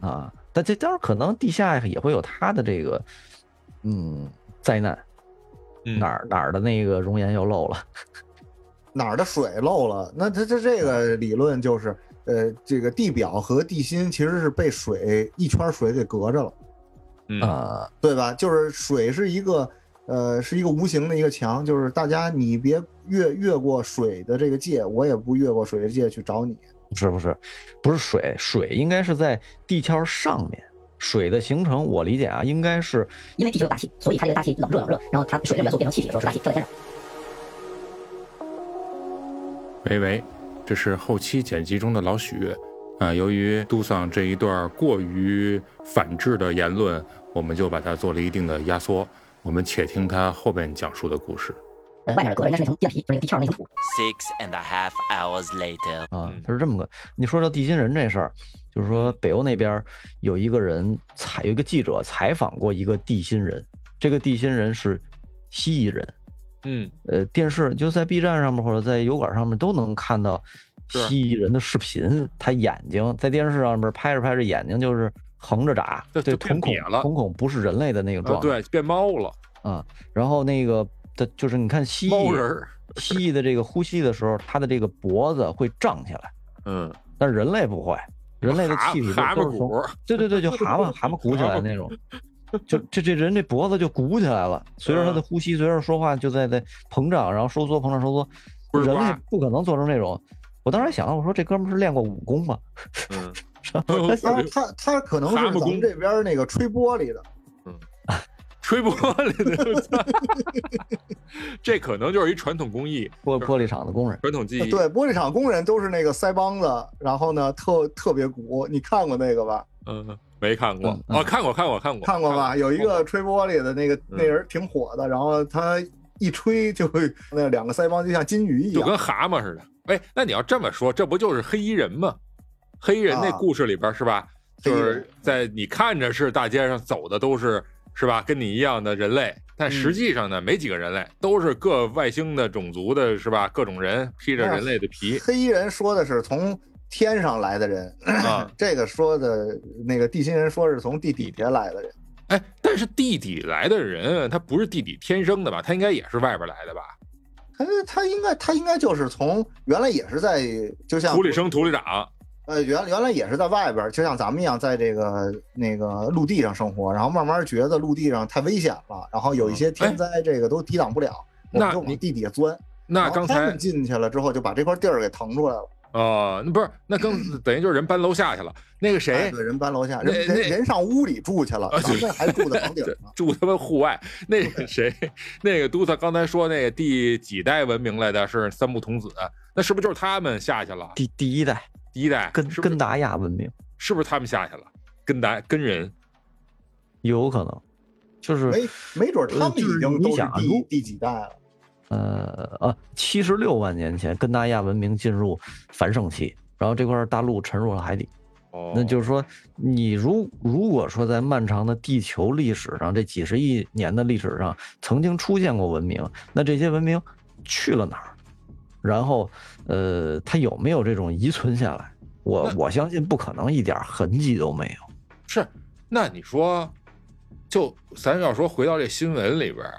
啊。但这当然可能地下也会有它的这个，嗯，灾难，嗯哪儿哪儿的那个熔岩又漏了，哪儿的水漏了，那它它嗯这个理论就是，呃，这个地表和地心其实是被水一圈水给隔着了，嗯啊，对吧？就是水是一个。呃，是一个无形的一个墙，就是大家你别越越过水的这个界，我也不越过水的界去找你。是不是？不是水，水应该是在地壳上面。水的形成，我理解啊，应该是因为地球有大气，所以它这个大气冷热冷热，然后它水的元素变成气体的时候是大气，这在天上。喂喂，这是后期剪辑中的老许啊、由于杜桑这一段过于反制的言论，我们就把它做了一定的压缩，我们且听他后边讲述的故事。呃，外面隔着应该是那层电皮，就是那个地壳上那层土。 Six and a half hours later. 啊嗯，它是这么个。你说到地心人这事儿，就是说北欧那边儿有一个人采，有一个记者采访过一个地心人，这个地心人是蜥蜴人。嗯呃，电视就在 B 站上面或者在油管上面都能看到是蜥蜴人的视频，他眼睛在电视上面拍着拍着眼睛就是横着眨，就对，就变瞳孔瘪了瞳孔不是人类的那个啊，状态对，变猫了，啊，然后那个它就是你看蜥猫蜴人儿，蜥蜴的这个呼吸的时候，它的这个脖子会胀起来，嗯，但人类不会，人类的蛤气体都蛤都蟆是从骨，对对对，就蛤蟆蛤蟆鼓起来那 <laughs> 种，就这这人这脖子就鼓起来了，随着他嗯的呼吸，随着说话就在在膨胀，然后收缩膨胀收缩，不是人瓜类不可能做成这种。我当时还想到，我说这哥们儿是练过武功吧？嗯，他他他可能是蛤蟆咱功们这边那个吹玻璃的，吹玻璃的我操， <laughs> 这可能就是一传统工艺、玻玻璃厂的工人，传统技艺。呃对，玻璃厂工人都是那个腮帮子，然后呢特特别鼓，你看过那个吧？嗯，没看过嗯，嗯哦，看过，看过，看过，嗯看过吧？有一个吹玻璃的那个那人挺火的，然后他一吹就会那两个腮帮就像金鱼一就样，跟蛤蟆似的。哎，那你要这么说，这不就是黑衣人吗？黑衣人那啊故事里边是吧？黑衣就人是在你看着是大街上走的都是是吧，跟你一样的人类，嗯但实际上呢，没几个人类，都是各外星的种族的是吧？各种人披着人类的皮黑衣人说的是从天上来的人，啊。 <clears throat> 这个说的那个地心人说是从地底下来的人，哎，但是地底来的人，他不是地底天生的吧？他应该也是外边来的吧？他他应该他应该就是从原来也是在就像土里生土里长，呃原原来也是在外边，就像咱们一样在这个那个陆地上生活，然后慢慢觉得陆地上太危险了，然后有一些天灾这个都抵挡不了，我嗯哎那们就你往地底下钻。那然后刚他才们进去了之后，就把这块地儿给腾出来了。哦，那不是，那更等于就是人搬楼下去了。那个谁哎，对，人搬楼下，那人人那人上屋里住去了啊，咱们还住在房顶对。呢住他妈户外。那个谁，那个都萨刚才说那个第几代文明来的是三木童子，那是不是就是他们下去了？第第一代第一代根是不是根达亚文明是不是他们下去了？跟达跟人有可能，就是哎没没准他们已就是经你都是想啊第如第几代了。呃呃，七十六万年前根达亚文明进入繁盛期，然后这块大陆沉入了海底。哦，那就是说，你如如果说在漫长的地球历史上这几十亿年的历史上曾经出现过文明，那这些文明去了哪儿？然后，呃，它有没有这种遗存下来？我我相信不可能一点痕迹都没有。是。那你说，就咱要说回到这新闻里边儿，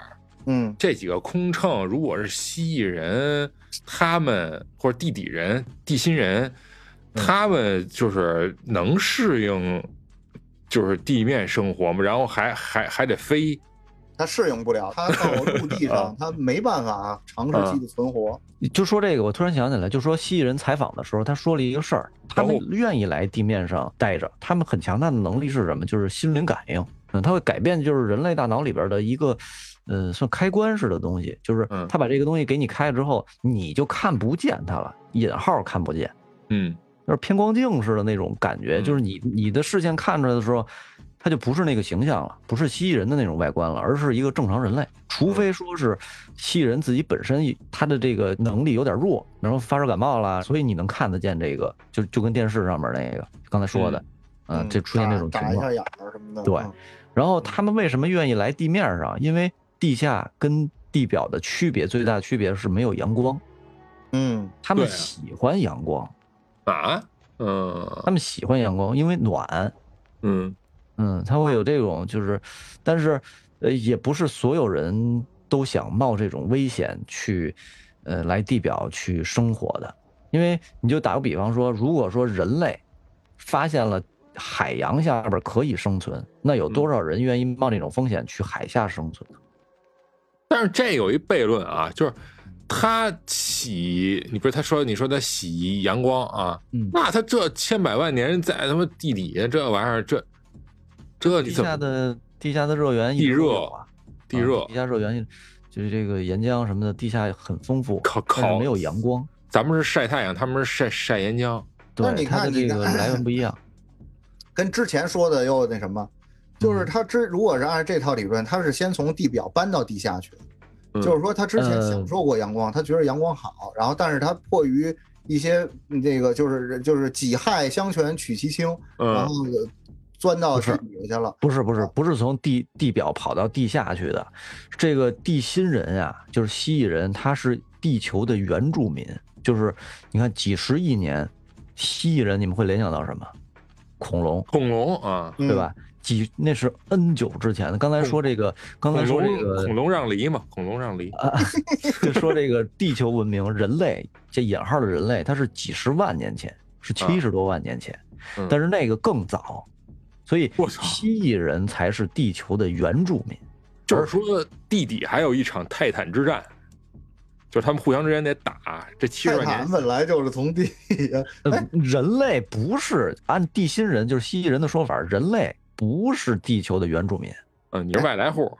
嗯，这几个空乘如果是蜥蜴人，他们或者地底人、地心人，嗯他们就是能适应就是地面生活吗？然后还还还得飞，他适应不了，他 <laughs> 到陆地啊上，他没办法啊长时啊期的存活。就说这个，我突然想起来，就说蜥蜴人采访的时候，他说了一个事儿，他们愿意来地面上待着，他们很强大的能力是什么？就是心灵感应。嗯，它会改变就是人类大脑里边的一个，呃，算开关式的东西，就是嗯他把这个东西给你开了之后，你就看不见它了，引号看不见，嗯，就是偏光镜似的那种感觉，嗯就是你你的视线看出来的时候，它就不是那个形象了，不是蜥蜴人的那种外观了，而是一个正常人类。除非说是蜥蜴人自己本身他的这个能力有点弱，然后发烧感冒了，所以你能看得见这个，就就跟电视上面那个刚才说的，嗯，这出现这种情眨一况下。眼儿什么的。对嗯然后他们为什么愿意来地面上？因为地下跟地表的区别最大的区别是没有阳光，嗯，他们对啊喜欢阳光，啊，嗯他们喜欢阳光，因为暖。嗯嗯，他会有这种，就是，但是，呃，也不是所有人都想冒这种危险去，呃，来地表去生活的。因为你就打个比方说，如果说人类发现了海洋下边儿可以生存，那有嗯多少人愿意冒这种风险去海下生存呢？但是这有一悖论啊，就是他洗，你不是他说你说他洗阳光啊，嗯那他这千百万年在他妈地底下这玩意儿，这这你地怎么下的地下的热源一地直都热有啊，地啊热地下热源就是这个岩浆什么的，地下很丰富，烤但是烤没有阳光，咱们是晒太阳，他们是晒晒岩浆，对但是你它的看这你个看来源不一样。跟之前说的又那什么，嗯就是他之如果是按这套理论，他是先从地表搬到地下去，嗯就是说他之前呃享受过阳光，他觉得阳光好，然后但是他迫于一些嗯这个就是就是己亥相权取其轻，然嗯后钻到不是地底下去了。不是不是不是从地地表跑到地下去的，这个地心人啊，就是蜥蜴人，他是地球的原住民，就是你看几十亿年，蜥蜴人你们会联想到什么？恐龙恐龙啊，嗯对吧？几那是 N 久之前的。刚才说这个，刚才恐说这龙啊个恐龙让梨嘛，恐龙让梨，就说这个地球文明，人类这引号的人类，它是几十万年前，是七十多万年前，嗯但是那个更早，所以我操蜥蜴人才是地球的原住民。就是说地底还有一场泰坦之战，就是他们互相之间得打。这七十泰万年坦本来就是从地下，呃，人类不是按地心人，就是蜥蜴人的说法，人类不是地球的原住民。嗯，你是外来户，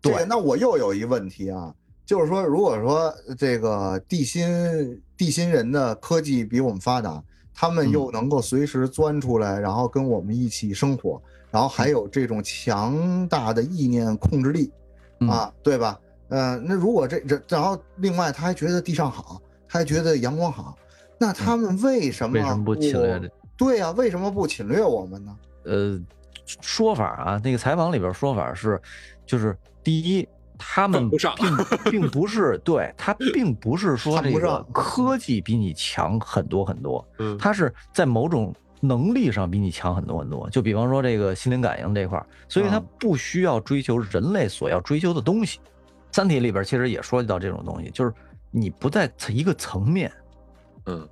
这个那我又有一问题啊，就是说，如果说这个地心地心人的科技比我们发达，他们嗯又能够随时钻出来，然后跟我们一起生活，然后还有这种强大的意念控制力，嗯啊，对吧？呃，那如果这这，然后另外他还觉得地上好，他还觉得阳光好，那他们为什嗯么为什么不侵略这？对呀、为什么不侵略我们呢？呃，说法啊，那个采访里边说法是，就是第一，他们犯不上并 <laughs> 并不是对他并不是说犯这不个上科技比你强很多很多，嗯他是在某种能力上比你强很多很多。就比方说这个心灵感应这块儿，所以他嗯不需要追求人类所要追求的东西。三体里边其实也说到这种东西，就是你不在一个层面，嗯，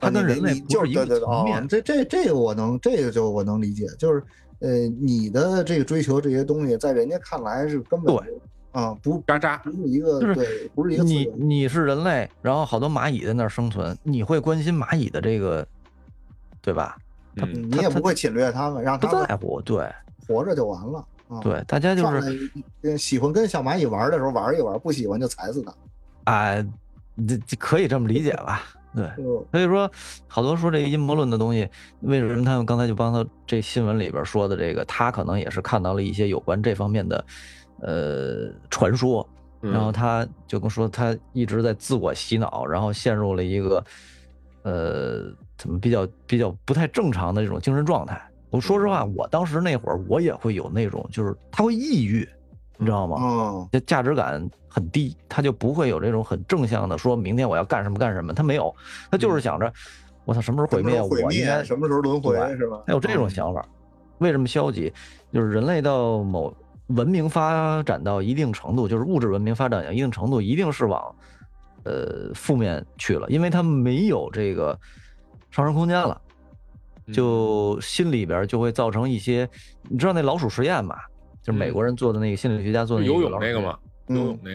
它啊跟你人类你不就是一个对对对层面哦。这这这个我能，这个就我能理解，就是呃，你的这个追求这些东西，在人家看来是根本对是啊，不渣渣不是一个就是对，不是一个你自由你是人类，然后好多蚂蚁在那儿生存，你会关心蚂蚁的这个，对吧？嗯，你也不会侵略他们，让不他们在乎，对活着就完了。啊，对，大家就是放在呃喜欢跟小蚂蚁玩的时候玩一玩，不喜欢就踩死它。啊，这、这可以这么理解吧？对，就所以说好多说这个阴谋论的东西，为什么他们刚才就帮他这新闻里边说的这个，他可能也是看到了一些有关这方面的呃传说，嗯然后他就跟我说他一直在自我洗脑，然后陷入了一个呃怎么比较比较不太正常的这种精神状态。我说实话，我当时那会儿我也会有那种，就是他会抑郁，你知道吗？嗯，这价值感很低，他就不会有这种很正向的说明天我要干什么干什么，他没有，他就是想着我操什么时候毁嗯什么时灭，候毁我应该灭，什么时嗯候轮回对是吧？他有这种想法。为什么消极？就是人类到某文明发展到一定程度，就是物质文明发展到一定程度，一定是往呃负面去了，因为他没有这个上升空间了。嗯就心里边就会造成一些，你知道那老鼠实验吧？就是美嗯国人做的那个心理学家做就的游泳那那个嘛。嘛，嗯游泳那 <laughs>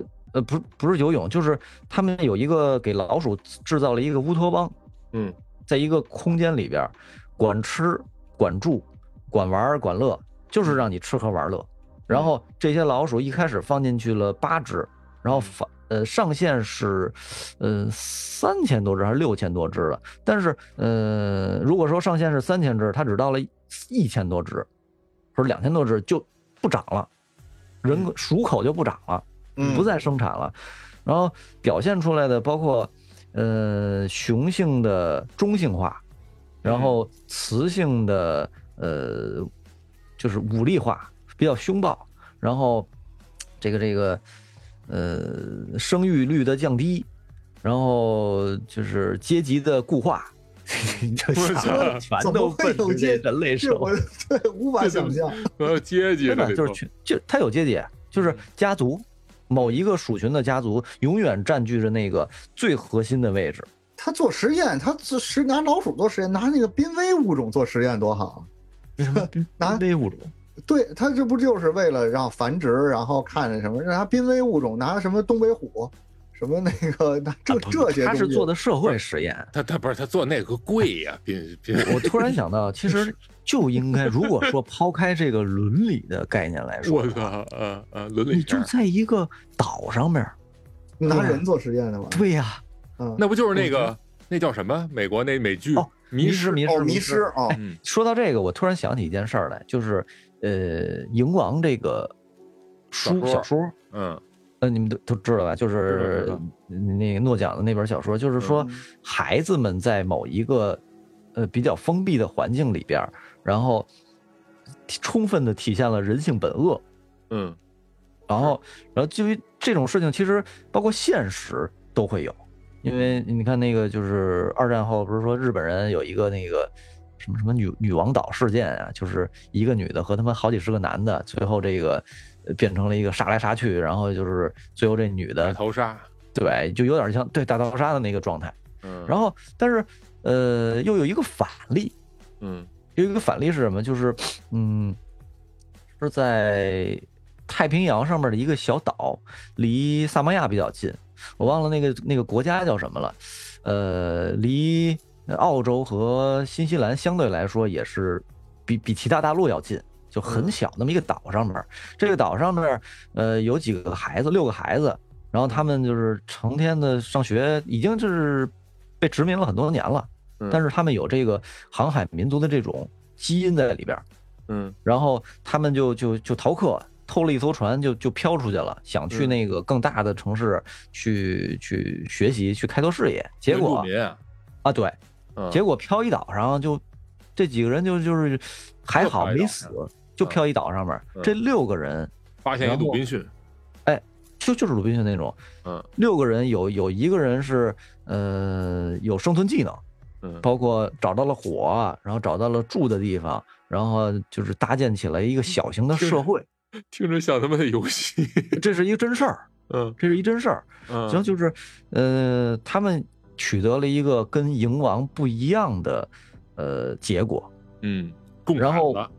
个，呃，不是不是游泳，就是他们有一个给老鼠制造了一个乌托邦，嗯，在一个空间里边儿，管吃、管住、管玩儿、管乐，就是让你吃喝玩乐。然后这些老鼠一开始放进去了八只，然后反呃上限是，呃三千多只还是六千多只了，但是呃如果说上限是三千只，它只到了一千多只，或者两千多只就不长了，人鼠口就不长了。嗯，不再生产了。然后表现出来的包括，呃，雄性的中性化，然嗯后雌性的呃，就是武力化，比较凶暴，然后这个这个呃，生育率的降低，然后就是阶级的固化。 <laughs> 你就想了，全怎都么会奔有着这阶人类这社我 <laughs> 会。对无法这怎想么象。呃，阶级真了的这就是都群，就他有阶级，就是家族，某一个属群的家族永远占据着那个最核心的位置。他做实验，他做实拿老鼠做实验，拿那个濒危物种做实验多好啊。为什 <laughs> 么濒啊危物种？对，它这不就是为了让繁殖，然后看什么，让它濒危物种拿什么东北虎，什么那个拿这啊不这些他是东西做的社会实验。他他不是他做那个贵呀，比比我突然想到，其实就应该，如果说抛开这个伦理的概念来说我，靠，呃呃，伦你理就片儿在一个岛上面儿，拿人做实验的嘛？，对呀，嗯，那不就是那个那叫什么美国那美剧哦迷失失迷哦失迷失失。啊，嗯说到这个，我突然想起一件事儿来，就是呃，《蝇王》这个书说小说，嗯呃，你们都都知道吧？就知是道嗯那个诺奖的那本小说，就是说孩子们在某一个呃比较封闭的环境里边儿，然后体充分的体现了人性本恶。嗯然后，然后至于这种事情，其实包括现实都嗯会有，因为你看那个就是二战后，不是说日本人有一个那个什么什么女女王岛事件啊，就是一个女的和他们好几十个男的，最后这个呃变成了一个杀来杀去，然后就是最后这女大的逃杀，对，就有点像对大逃杀的那个状态。嗯，然后后，但是呃，又有一个反例，嗯有一个反例是什么？就是嗯，是在太平洋上面的一个小岛，离萨摩亚比较近，我忘了那个那个国家叫什么了，呃，离澳洲和新西兰相对来说也是比比其他大陆要近。就很小，那么一个岛上面，这个岛上面，呃，有几个孩子，六个孩子，然后他们就是成天的上学，已经就是被殖民了很多年了，嗯但是他们有这个航海民族的这种基因在里边儿，嗯然后他们就就就逃课，偷了一艘船就就飘出去了，想去嗯那个更大的城市去去学习，去开拓视野。结原住果民啊，啊，对，嗯结果漂一岛上就这几个人就就是还好没死就，就漂一岛上面嗯这六个人发现一然鲁后滨逊，就就是鲁滨逊那种，嗯六个人有有一个人是呃有生存技能，嗯包括找到了火，然后找到了住的地方，然后就是搭建起来一个小型的社会，听着像他妈的游戏，这是一个真事儿， <laughs> 嗯这是一真事儿。 <laughs> 嗯，然后就是呃，他们取得了一个跟蝇王不一样的呃结果，嗯，共然产后的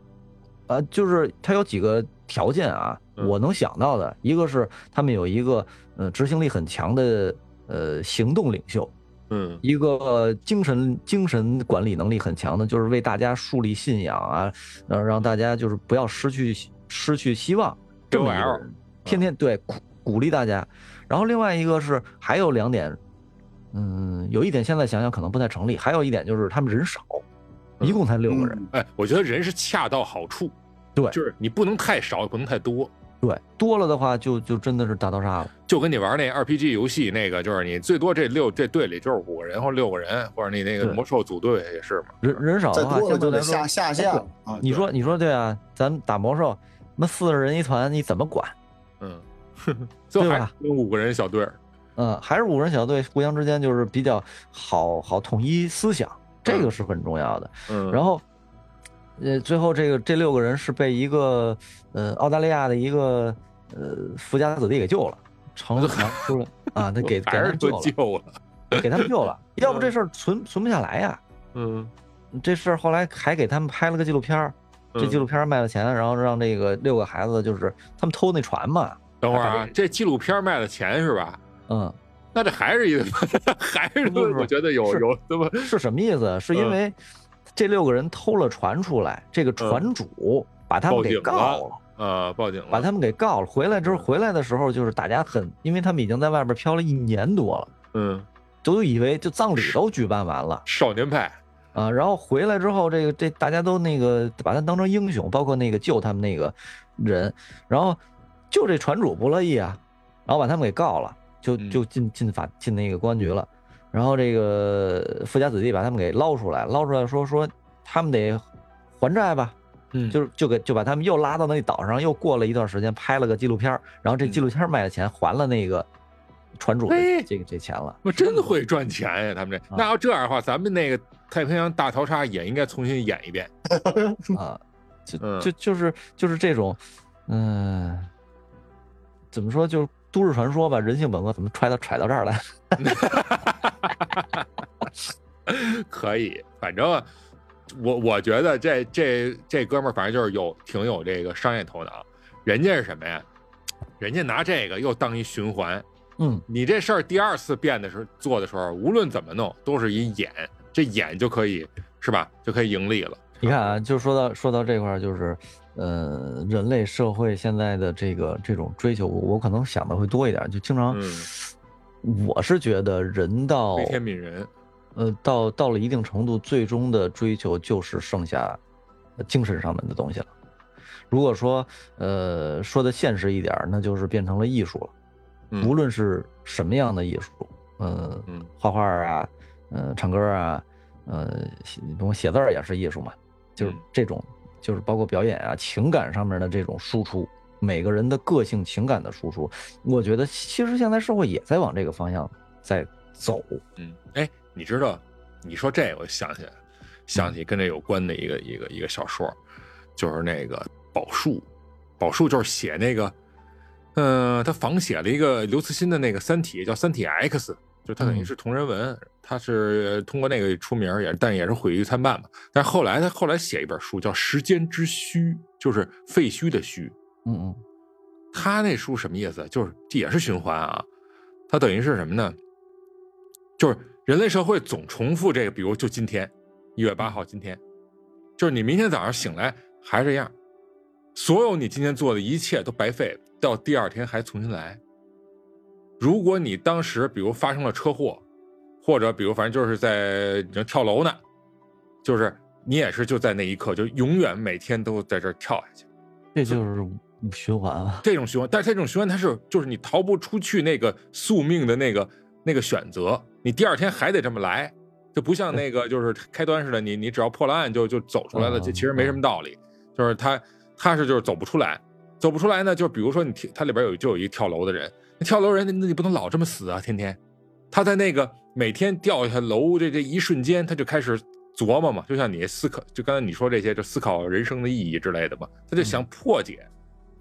呃，就是它有几个条件啊，嗯我能想到的一个是他们有一个呃执行力很强的呃行动领袖，嗯一个精神精神管理能力很强的，就是为大家树立信仰啊，让让大家就是不要失去失去希望。这么一个 KOL 人，天天对鼓鼓励大家。然后另外一个是还有两点，嗯，有一点现在想想可能不太成立，还有一点就是他们人少，一共才六个人，嗯哎，我觉得人是恰到好处，对就是你不能太少，也不能太多。对，多了的话就就真的是大逃杀了。就跟你玩那 RPG 游戏那个，就是你最多这六这队里就是五个人或者六个人，或者你那个对魔兽组队也是嘛。人人少再的话，多了啊相对就来得说哎下下线了啊！你说你说对啊，咱们打魔兽，那四十人一团，你怎么管？ <laughs> 嗯，最后还对是吧跟五个人小队儿。嗯，还是五人小队互相之间就是比较好好统一思想，这个是很重要的。嗯，然后后，呃，最后这个这六个人是被一个呃澳大利亚的一个呃富家子弟给救了，成了 <laughs> 出来啊，他给给还他是们救说了，救了。给他们救 <laughs> 了，要不这事儿存存不下来呀。嗯，这事儿后来还给他们拍了个纪录片儿，这嗯纪录片儿卖了钱，然后让这个六个孩子就是他们偷那船嘛，等会儿啊，这纪录片卖了钱是吧？嗯，那这还是一 <laughs> 还是不是不是我觉得有是有那么是什么意思？是因嗯为这六个人偷了船出来，这个船主把他们报给警告了，呃，报警了，把他们给告了。回来之后，嗯回来的时候就是大家很，因为他们已经在外边漂了一年多了，嗯，都以为就葬礼都举办完了少年派，啊。然后回来之后，这个这大家都那个把他当成英雄，包括那个救他们那个人，然后就这船主不乐意啊，然后把他们给告了，就嗯就进进法进那个公安局了。然后这个富家子弟把他们给捞出来，捞出来说说他们得还债吧，嗯就是就给就把他们又拉到那岛上，又过了一段时间拍了个纪录片儿，然后这嗯纪录片儿卖了钱，还了那个船主的哎这个这钱了。我真会赚钱呀！他们这啊那要这样的话，咱们那个太平洋大逃杀也应该重新演一遍。 <laughs> 啊，就嗯就就是就是这种，嗯、怎么说，就是都市传说吧，人性本恶，怎么揣到揣到这儿 <laughs> 来？嗯可以，反正啊我我觉得这这这哥们儿，反正就是有挺有这个商业头脑。人家是什么呀？人家拿这个又当一循环。嗯，你这事儿第二次变的时候做的时候，无论怎么弄，都是一演，这演就可以是吧？就可以盈利了。你看啊，就说到说到这块儿，就是，呃，人类社会现在的这个这种追求，我我可能想的会多一点，就经常，我是觉得人到悲嗯天悯人，呃，到到了一定程度，最终的追求就是剩下呃精神上面的东西了。如果说呃说的现实一点儿，那就是变成了艺术了，嗯无论是什么样的艺术，呃，嗯画画啊，呃，唱歌啊，呃，写我写字儿也是艺术嘛，就是嗯这种，就是包括表演啊，情感上面的这种输出，每个人的个性情感的输出，我觉得其实现在社会也在往这个方向在走。嗯，哎，你知道，你说这我就想起来，想起跟这有关的一个一个一个小说，就是那个宝树，宝树就是写那个，嗯、他仿写了一个刘慈欣的那个《三体》，叫《三体 X》，就他等于嗯是同人文，他是通过那个出名儿，也但也是毁誉参半嘛。但是后来他后来写一本书叫《时间之虚》，就是废墟的虚，嗯他那书什么意思？就是这也是循环啊，它等于是什么呢？就是人类社会总重复这个，比如就今天一月八号，今天就是你明天早上醒来还这样，所有你今天做的一切都白费，到第二天还重新来。如果你当时比如发生了车祸，或者比如反正就是在你跳楼呢，就是你也是就在那一刻，就永远每天都在这儿跳下去。嗯，这就是循环啊。这种循环，但是这种循环它是就是你逃不出去那个宿命的那个那个选择，你第二天还得这么来，就不像那个就是开端似的，你你只要破了案就就走出来了，嗯这其实没什么道理，就是他他是就是走不出来，走不出来呢，就比如说你跳它里边有就有一个跳楼的人，那跳楼人那你不能老这么死啊，天天他在那个每天掉下楼这这一瞬间，他就开始琢磨嘛，就像你思考，就刚才你说这些，就思考人生的意义之类的嘛，他就想破解。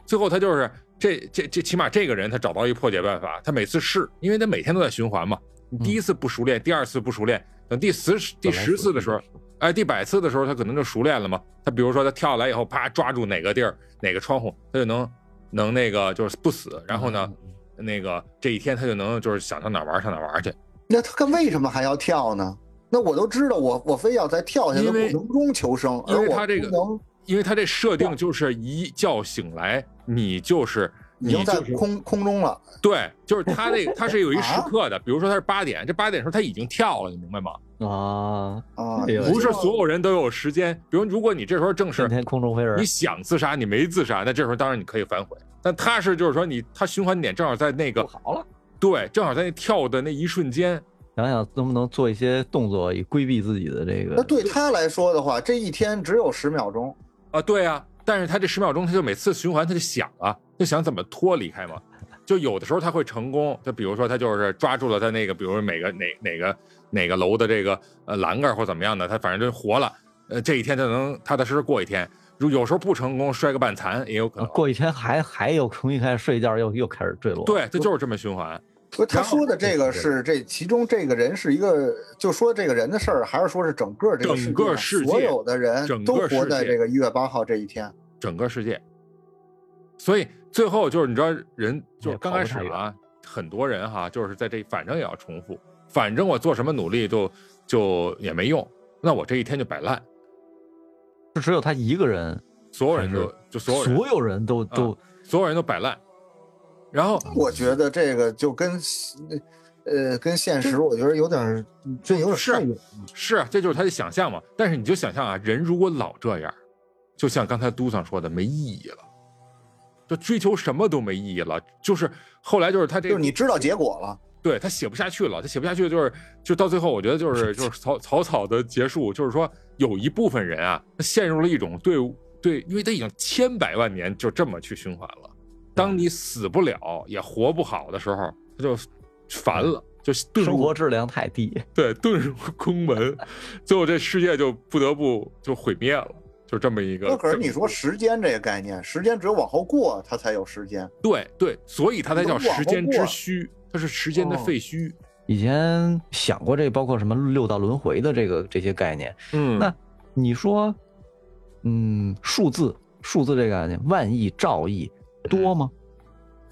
最后他就是这这这，起码这个人他找到一破解办法，他每次试，因为他每天都在循环嘛。你第一次不熟练，第二次不熟练，等第十 <laughs> 第十次的时候，哎，第百次的时候他可能就熟练了嘛。他比如说他跳下来以后，啪抓住哪个地儿哪个窗户，他就能能那个就是不死。然后呢，那个这一天他就能就是想上哪儿玩儿上哪儿玩儿去。那他干为什么还要跳呢？那我都知道我，我非要在跳下去因为的过程中求生，因而为我他这个不能因为他这设定就是一觉醒来，你就是已你经在就是空空中了。对，就是他 <laughs> 这个他是有一时啊刻的，比如说他是八点，这八点的时候他已经跳了，你明白吗？啊，啊，哎呦你不是就所有人都有时间。比如，如果你这时候正天是天空中飞人你，想自杀，你没自杀，那这时候当然你可以反悔。但他是就是说你，他循环点正好在那不个好了。对，正好在那跳的那一瞬间，想想能不能做一些动作以规避自己的这那个，对他来说的话，这一天只有十秒钟，啊，对啊，但是他这十秒钟，他就每次循环，他就想啊，就想怎么脱离开嘛。就有的时候他会成功，就比如说他就是抓住了他那个，比如说哪个哪哪个哪个楼的这个呃栏杆或怎么样的，他反正就活了。呃，这一天就能踏踏实实过一天。如有时候不成功，摔个半残也有可啊能。过一天还还又重新开始睡觉，又又开始坠落。对，这就是这么循环。不是他然后说的这个是这其中这个人是一个，就说这个人的事儿，还是说是整个这个整个世界所有的人整个都活世在界这个一月八号这一天？整个世界。所以最后就是你知道，人就是刚开始哎也跑不啊，很多人哈，就是在这反正也要重复，反正我做什么努力就就也没用，那我这一天就摆烂，就只有他一个人，所有人都就所有人嗯所有人都都所有人都摆烂，然后嗯我觉得这个就跟呃跟现实，我觉得有点儿这有点儿是太远了是啊这就是他的想象嘛，但是你就想象啊，人如果老这样，就像刚才都上说的，没意义了。就追求什么都没意义了，就是后来就是他这就个是你知道结果了，对他写不下去了，他写不下去就是就到最后，我觉得就是就是草草草的结束，就是说有一部分人啊，他陷入了一种对对，因为他已经千百万年就这么去循环了。当你死不了也活不好的时候，他就烦了，就顿入生活质量太低。对遁入空门，最后这世界就不得不就毁灭了，就这么一个。那可是这么你说时间这个概念，时间只有往后过，它才有时间。对对，所以它才叫能往时间后之过虚，它是时间的哦废墟。以前想过这包括什么六道轮回的这个这些概念。嗯那你说，嗯，数字数字这个概念，万亿、兆亿多吗？嗯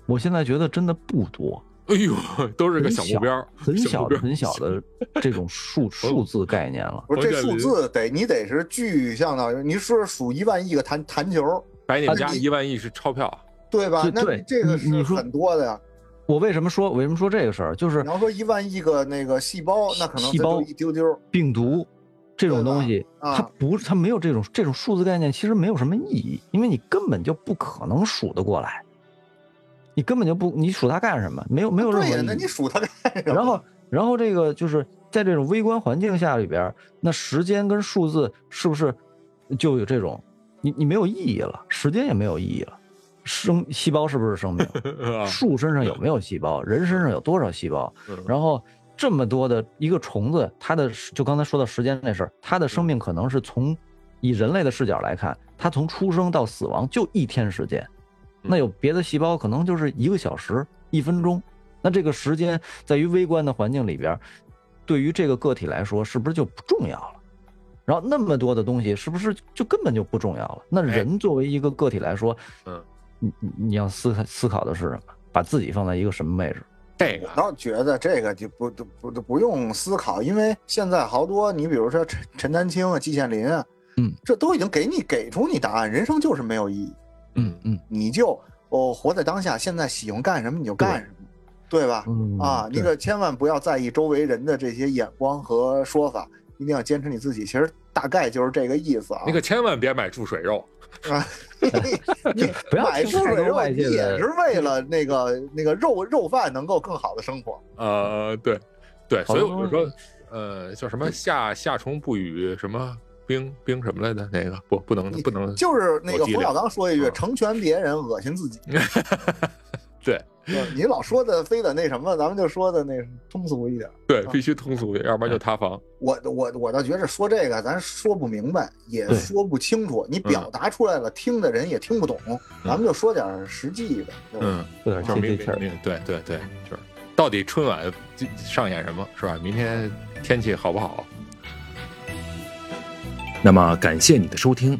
我现在觉得真的不多，哎呦，都是个 <laughs> 小目标，很小目的标很小的这种 <laughs> 哦数数字概念了。不是这我感数觉字得你得是具象到，你是数一万亿个弹弹球，百你啊们家你一万亿是钞 <laughs> 票啊，对吧对？那对这个你你是说很多的呀。我为什么说为什么说这个事儿？就是你要说一万亿个那个细胞，那可能细它胞就一丢丢。病毒这种东西，对吧啊它不它没有这种这种数字概念，其实没有什么意义，因为你根本就不可能数得过来，你根本就不你数它干什么？没有没有任对何呀，意那你义。数它干什么？然后然后这个就是在这种微观环境下里边儿，那时间跟数字是不是就有这种你你没有意义了，时间也没有意义了。生细胞是不是生命？ <laughs> 啊树身上有没有细胞？人身上有多少细胞嗯？然后这么多的一个虫子，它的就刚才说到时间这事儿，它的生命可能是从以人类的视角来看，它从出生到死亡就一天时间，那有别的细胞可能就是一个小时、一分钟，那这个时间在于微观的环境里边，对于这个个体来说是不是就不重要了？然后那么多的东西是不是就根本就不重要了？那哎人作为一个个体来说，嗯，你你你要思考思考的是什么？把自己放在一个什么位置？这个我倒觉得这个就不都不都不用思考，因为现在好多你比如说陈陈丹青啊、季羡林啊，嗯，这都已经给你给出你答案，人生就是没有意义，嗯嗯你就哦活在当下，现在喜欢干什么你就干什么，对吧？嗯啊，你对可千万不要在意周围人的这些眼光和说法，一定要坚持你自己。其实大概就是这个意思啊。你可千万别买注水肉， <laughs> 你不要买听出太水多肉，外你界也的是为了那个那个肉肉饭能够更好的生活。呃，对对，好所以多我就东说，呃，叫什么夏夏虫不语什么冰冰什么来着？那个不不能不能，就是那个我记冯得小刚说一句：“嗯成全别人，恶心自己。 <laughs> 对”你老说的非得那什么，咱们就说的那通俗一点。对，必须通 <laughs> 俗，要不然就塌房。我我我倒觉着说这个咱说不明白，也对说不清楚，你嗯表达出来了，听的人也听不懂。咱们就说点实际的，对吧嗯，有点就接是明地气儿。明对对对，就是到底春晚就上演什么是吧？明天天气好不好？那么感谢你的收听，《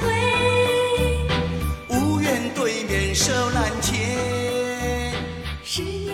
会，无缘对面手难牵。是你